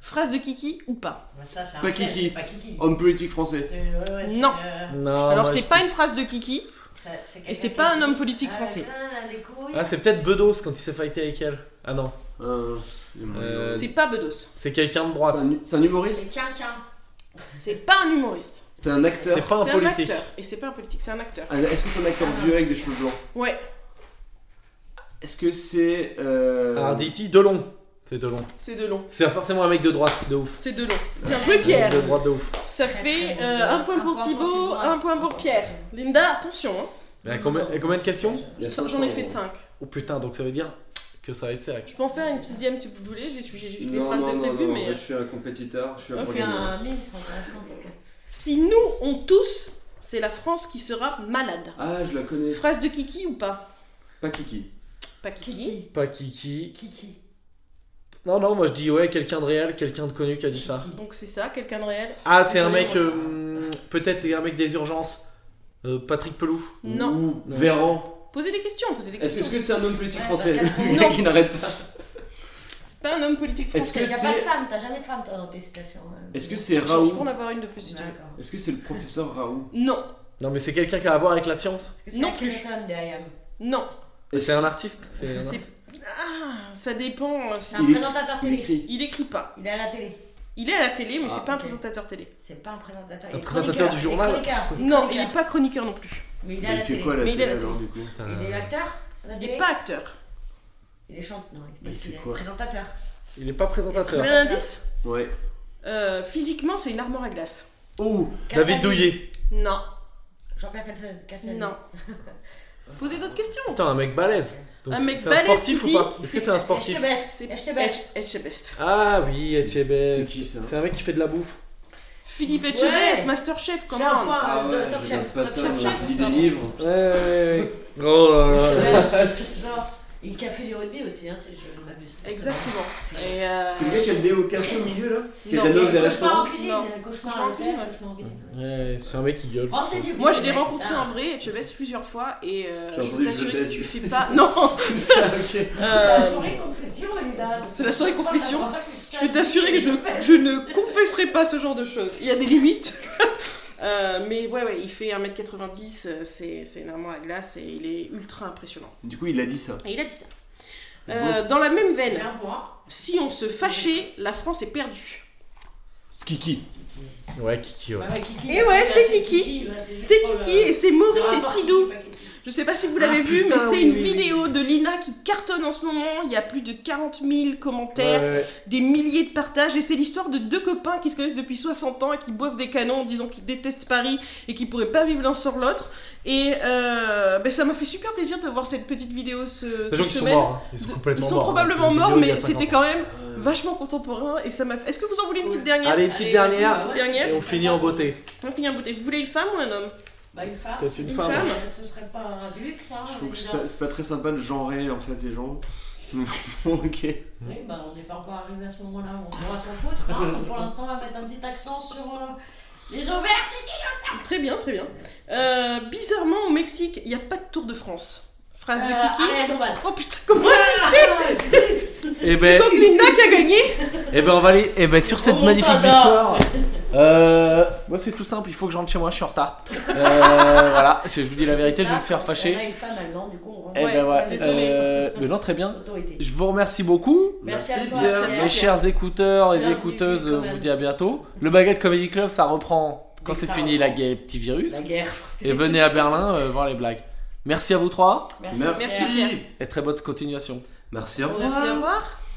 D: Phrase de Kiki ou pas
C: bah, ça, c'est un
B: Pas
C: test,
B: Kiki. Oh.
C: c'est Pas Kiki.
B: Homme politique français.
C: C'est- ouais, ouais, c'est,
D: Non.
C: euh,
B: Ah,
A: Non.
D: Alors,
A: moi,
D: c'est
A: je-
D: pas une phrase de Kiki.
C: ça- quelqu'un
D: c'est
C: qui
D: pas un
C: existe
D: homme politique français.
C: avec un, les couilles.
A: Ah, c'est peut-être Bedos quand il s'est fighté avec elle. Ah non,
B: Euh,
A: Euh,
D: C'est pas Bedos.
A: c'est quelqu'un de
B: c'est
A: droite.
B: un- C'est un humoriste
C: C'est tiens, tiens.
D: C'est pas un humoriste.
B: C'est un acteur
A: C'est pas un
D: C'est un
A: politique.
D: acteur. Et c'est pas un politique, c'est un acteur.
B: Un- Est-ce que c'est un acteur vieux avec des cheveux blancs
D: Ouais.
B: Est-ce que c'est. Euh...
A: Arditi, Delon. C'est Delon.
D: C'est de long.
A: C'est forcément un mec de droite, de ouf.
D: C'est de long. Bien joué, Pierre.
A: De droite, de ouf.
D: Ça
C: Très, très
D: fait
C: bon
D: euh,
C: joueur.
D: un point pour Thibaut, un point pour Pierre. Linda, attention. hein.
A: Mais à combien, à combien de questions
B: il y a
D: J'en ai
B: 500
D: fait
B: euros.
D: 5.
A: Oh putain, donc ça veut dire que ça va être sérieux.
D: Je peux en faire une sixième si vous voulez, j'ai suivi j'ai- les
B: Non,
D: phrases
B: non,
D: de
B: non,
D: prévu,
B: non,
D: mais. euh,
B: moi, je suis un compétiteur, je suis un
D: On
C: On
D: fait
C: fait
B: pro gamer.
C: un mime sur intéressant.
D: Si nous, on tous, c'est la France qui sera malade.
B: Ah, je la connais.
D: Phrase de Kiki ou pas
B: Pas Kiki.
D: Pas Kiki.
A: Pas Kiki.
C: Kiki.
A: Non, non, moi je dis ouais, quelqu'un de réel, quelqu'un de connu qui a dit ça.
D: Donc c'est ça, quelqu'un de réel
A: Ah, c'est un
D: Absolument.
A: mec. euh, hmm, Peut-être un mec des urgences. Euh, Patrick Pelou.
D: Non.
B: Ou Véran.
D: Posez des questions, posez des
B: Est-ce que
D: questions.
B: est-ce que c'est un homme politique
C: Ouais,
B: français
C: parce que-
B: Le gars qui n'arrête pas.
D: C'est pas un homme politique
B: Est-ce
C: Il
D: français.
B: que
C: n'y a pas de
B: c'est.
C: femme, t'as jamais de femme toi, dans tes citations. hein.
B: Est-ce que c'est
D: Je je peux
B: Raoult
D: en avoir une de plus si tu veux.
C: D'accord.
B: Est-ce que c'est le professeur Raoult
D: Non,
A: Non, mais c'est quelqu'un qui a à voir avec la science.
C: Est-ce que c'est
D: Non
C: la
D: plus.
C: Clinton derrière
D: non.
A: Et c'est un artiste. C'est un
D: C'est.
A: artiste.
D: Ah, ça dépend. euh,
C: C'est
D: ça-
C: un
B: Il est-
C: présentateur
B: Il
C: télé.
B: écrit.
D: Il écrit pas.
C: Il est à la télé.
D: Il est à la télé, mais
B: Ah,
D: c'est pas un
C: ok.
D: présentateur télé.
C: C'est pas un présentateur.
A: Un
C: Il est
A: présentateur
C: chroniqueur,
A: du
C: il est
A: journal.
C: chroniqueur, il est
D: Non, il
C: chroniqueur.
D: est pas chroniqueur non plus.
C: Mais il est
B: Mais
C: à
B: il
C: la
B: fait
C: télé.
B: quoi Euh, à la
D: Mais il
B: télé
D: est à la
B: alors du coup
A: Putain.
C: Il est acteur à la
D: Il
C: télé.
D: est pas acteur.
C: Il est chanteur. Non, il
B: Mais
C: est,
B: il fait
C: il est
B: quoi
C: présentateur.
A: Il est pas
D: Mais
A: présentateur.
D: un indice
B: Ouais.
D: Euh, Physiquement, c'est une armoire à glace.
B: Oh
A: David
C: Castaner.
A: Douillet.
D: Non.
C: Jean-Pierre Castel- Castel.
D: Non. Posez d'autres questions.
A: Putain, un mec balèze. Donc,
D: Un mec
A: c'est un
D: balèze
A: sportif
D: qui
A: ou pas
D: dit-
A: Est-ce que c'est un
C: Je te
A: sportif
C: baisse. Je te baisse.
D: Etch- Etchebest.
A: Ah oui, Etchebest.
B: C'est qui, ça
A: C'est un mec qui fait de la bouffe.
D: Philippe
C: Ouais.
D: Etchebest, Masterchef,
C: J'ai un
D: comment
C: point.
B: Ah
C: euh, de-
B: ouais, je
C: top
B: regarde
C: chef.
B: pas
C: Top
B: ça,
C: chef.
B: moi je
C: chef.
B: lis des livres.
A: Ouais, ouais, ouais. Oh là là là.
C: Genre, il qui a fait du rugby aussi, hein, si je ne m'abuse.
D: Exactement. Et euh,
B: C'est le gars qui a le déo cassé au milieu là Qui
D: Non,
B: est la
D: c'est
B: note
C: Cauchemar en
B: des restaurants
C: cuisine.
D: Non.
C: Cauchemar
D: Cauchemar en
C: en cuisine.
D: cuisine.
C: Cauchemar en cuisine.
A: Ouais, c'est un mec qui gueule.
C: Oh, c'est du
D: moi, je
C: vieux,
D: l'ai
C: mec,
D: rencontré
C: putain.
D: en vrai, Etchebest, plusieurs fois. Et euh,
B: J'ai
D: je
B: entendu
D: peux
B: que je
D: t'assurer que
B: baise.
D: tu fais pas. Non
B: Tout ça, ok.
C: C'est la
D: Euh,
C: soirée confession, les dames.
D: C'est la soirée confession. Je
C: Je
D: peux t'assurer que je, je ne confesserai pas ce genre de choses. Il y a des limites. Euh, mais ouais, ouais, il fait 1m90, euh, c'est c'est une armoire à glace et il est ultra impressionnant.
B: Du coup, il a dit ça.
D: Et il a dit ça. Euh, dans la même
C: J'ai
D: veine,
C: un point.
D: si on se fâchait, la France est perdue.
B: Kiki.
A: Ouais, Kiki, ouais.
C: Bah ouais, Kiki.
D: Et Eh ouais,
C: Là,
D: c'est Kiki.
C: Oh là, Ah. juste
D: C'est
C: pour le-
D: Kiki et c'est
C: le
D: Maurice et
C: rapport
D: Sidou.
C: Kiki, pas Kiki.
D: Je sais pas si vous
B: Ah,
D: l'avez vu, mais
B: putain,
D: c'est
B: oui,
D: une
B: oui, oui.
D: vidéo de Lina qui cartonne en ce moment. Il y a plus de 40 000 commentaires,
A: Ouais, ouais.
D: des milliers de partages. Et c'est l'histoire de deux copains qui se connaissent depuis 60 ans et qui boivent des canons en disant qu'ils détestent Paris et qu'ils pourraient pas vivre l'un sans l'autre. Et euh, ben, ça m'a fait super plaisir de voir cette petite vidéo ce,
A: Sachant
D: cette
A: qu'ils sont
D: semaine.
A: morts. hein. Ils sont
D: De-
A: complètement morts.
D: Ils sont
A: hein. C'est
D: probablement
A: une
D: morts,
A: vidéo d'il y a
D: mais
A: 50
D: c'était quand même
B: Euh,
D: vachement contemporain et ça m'a fait... Est-ce que vous en voulez une petite dernière
A: Allez, petite
C: Allez,
A: dernière.
C: vas-y,
A: Et
D: Dernière
A: on finit en beauté.
D: On finit en beauté. Vous voulez une femme ou un homme
C: Bah, une femme.
A: Toi, tu es une
C: c'est-
A: femme.
C: euh, Ce serait pas un luxe, hein.
B: Je
C: on
B: trouve
C: est
B: que
C: déjà-
B: ça- c'est pas très sympa de genrer en fait les gens. ok.
C: Oui, bah, on n'est pas encore arrivé à ce moment-là. On pourra s'en foutre. hein. Pour l'instant, on va mettre un petit accent sur euh,
E: Les ovaires, c'est
D: Très bien, très bien. Euh, bizarrement, au Mexique, il n'y a pas de Tour de France. Phrase de
E: Euh,
D: Kiki.
E: Ariel Dombal.
D: Oh putain, comment
A: Et
D: C'est
A: ben,
D: donc Linda qui a gagné
A: et ben on va aller. Et ben sur cette
E: Oh,
A: magnifique
E: tada.
A: victoire. Euh, moi c'est tout simple, il faut que je rentre chez moi, je suis en retard. Euh, voilà, je vous dis la vérité,
E: C'est
A: je vais
E: ça,
A: vous faire fâcher.
E: On a une femme allemande, du coup, on
A: Eh
E: renvoie
A: ben ouais.
D: désolé.
A: euh, mais non très bien.
E: l'autorité.
A: Je vous remercie beaucoup.
E: Merci,
B: Merci
E: à toi.
B: bien.
E: merci à toi.
A: Mes chers écouteurs et
E: Bienvenue,
A: écouteuses,
E: quand même.
A: vous dis à bientôt. Le Baguette Comedy Club, ça reprend
E: Dès
A: quand
E: que
A: c'est
E: ça
A: fini
E: reprend.
A: la gay petit virus.
E: La guerre.
A: Et venez à Berlin euh, voir les blagues. Merci à vous trois
E: Merci.
B: Merci.
D: Pierre.
A: et très bonne continuation.
B: Merci, au revoir.
D: Merci, au revoir.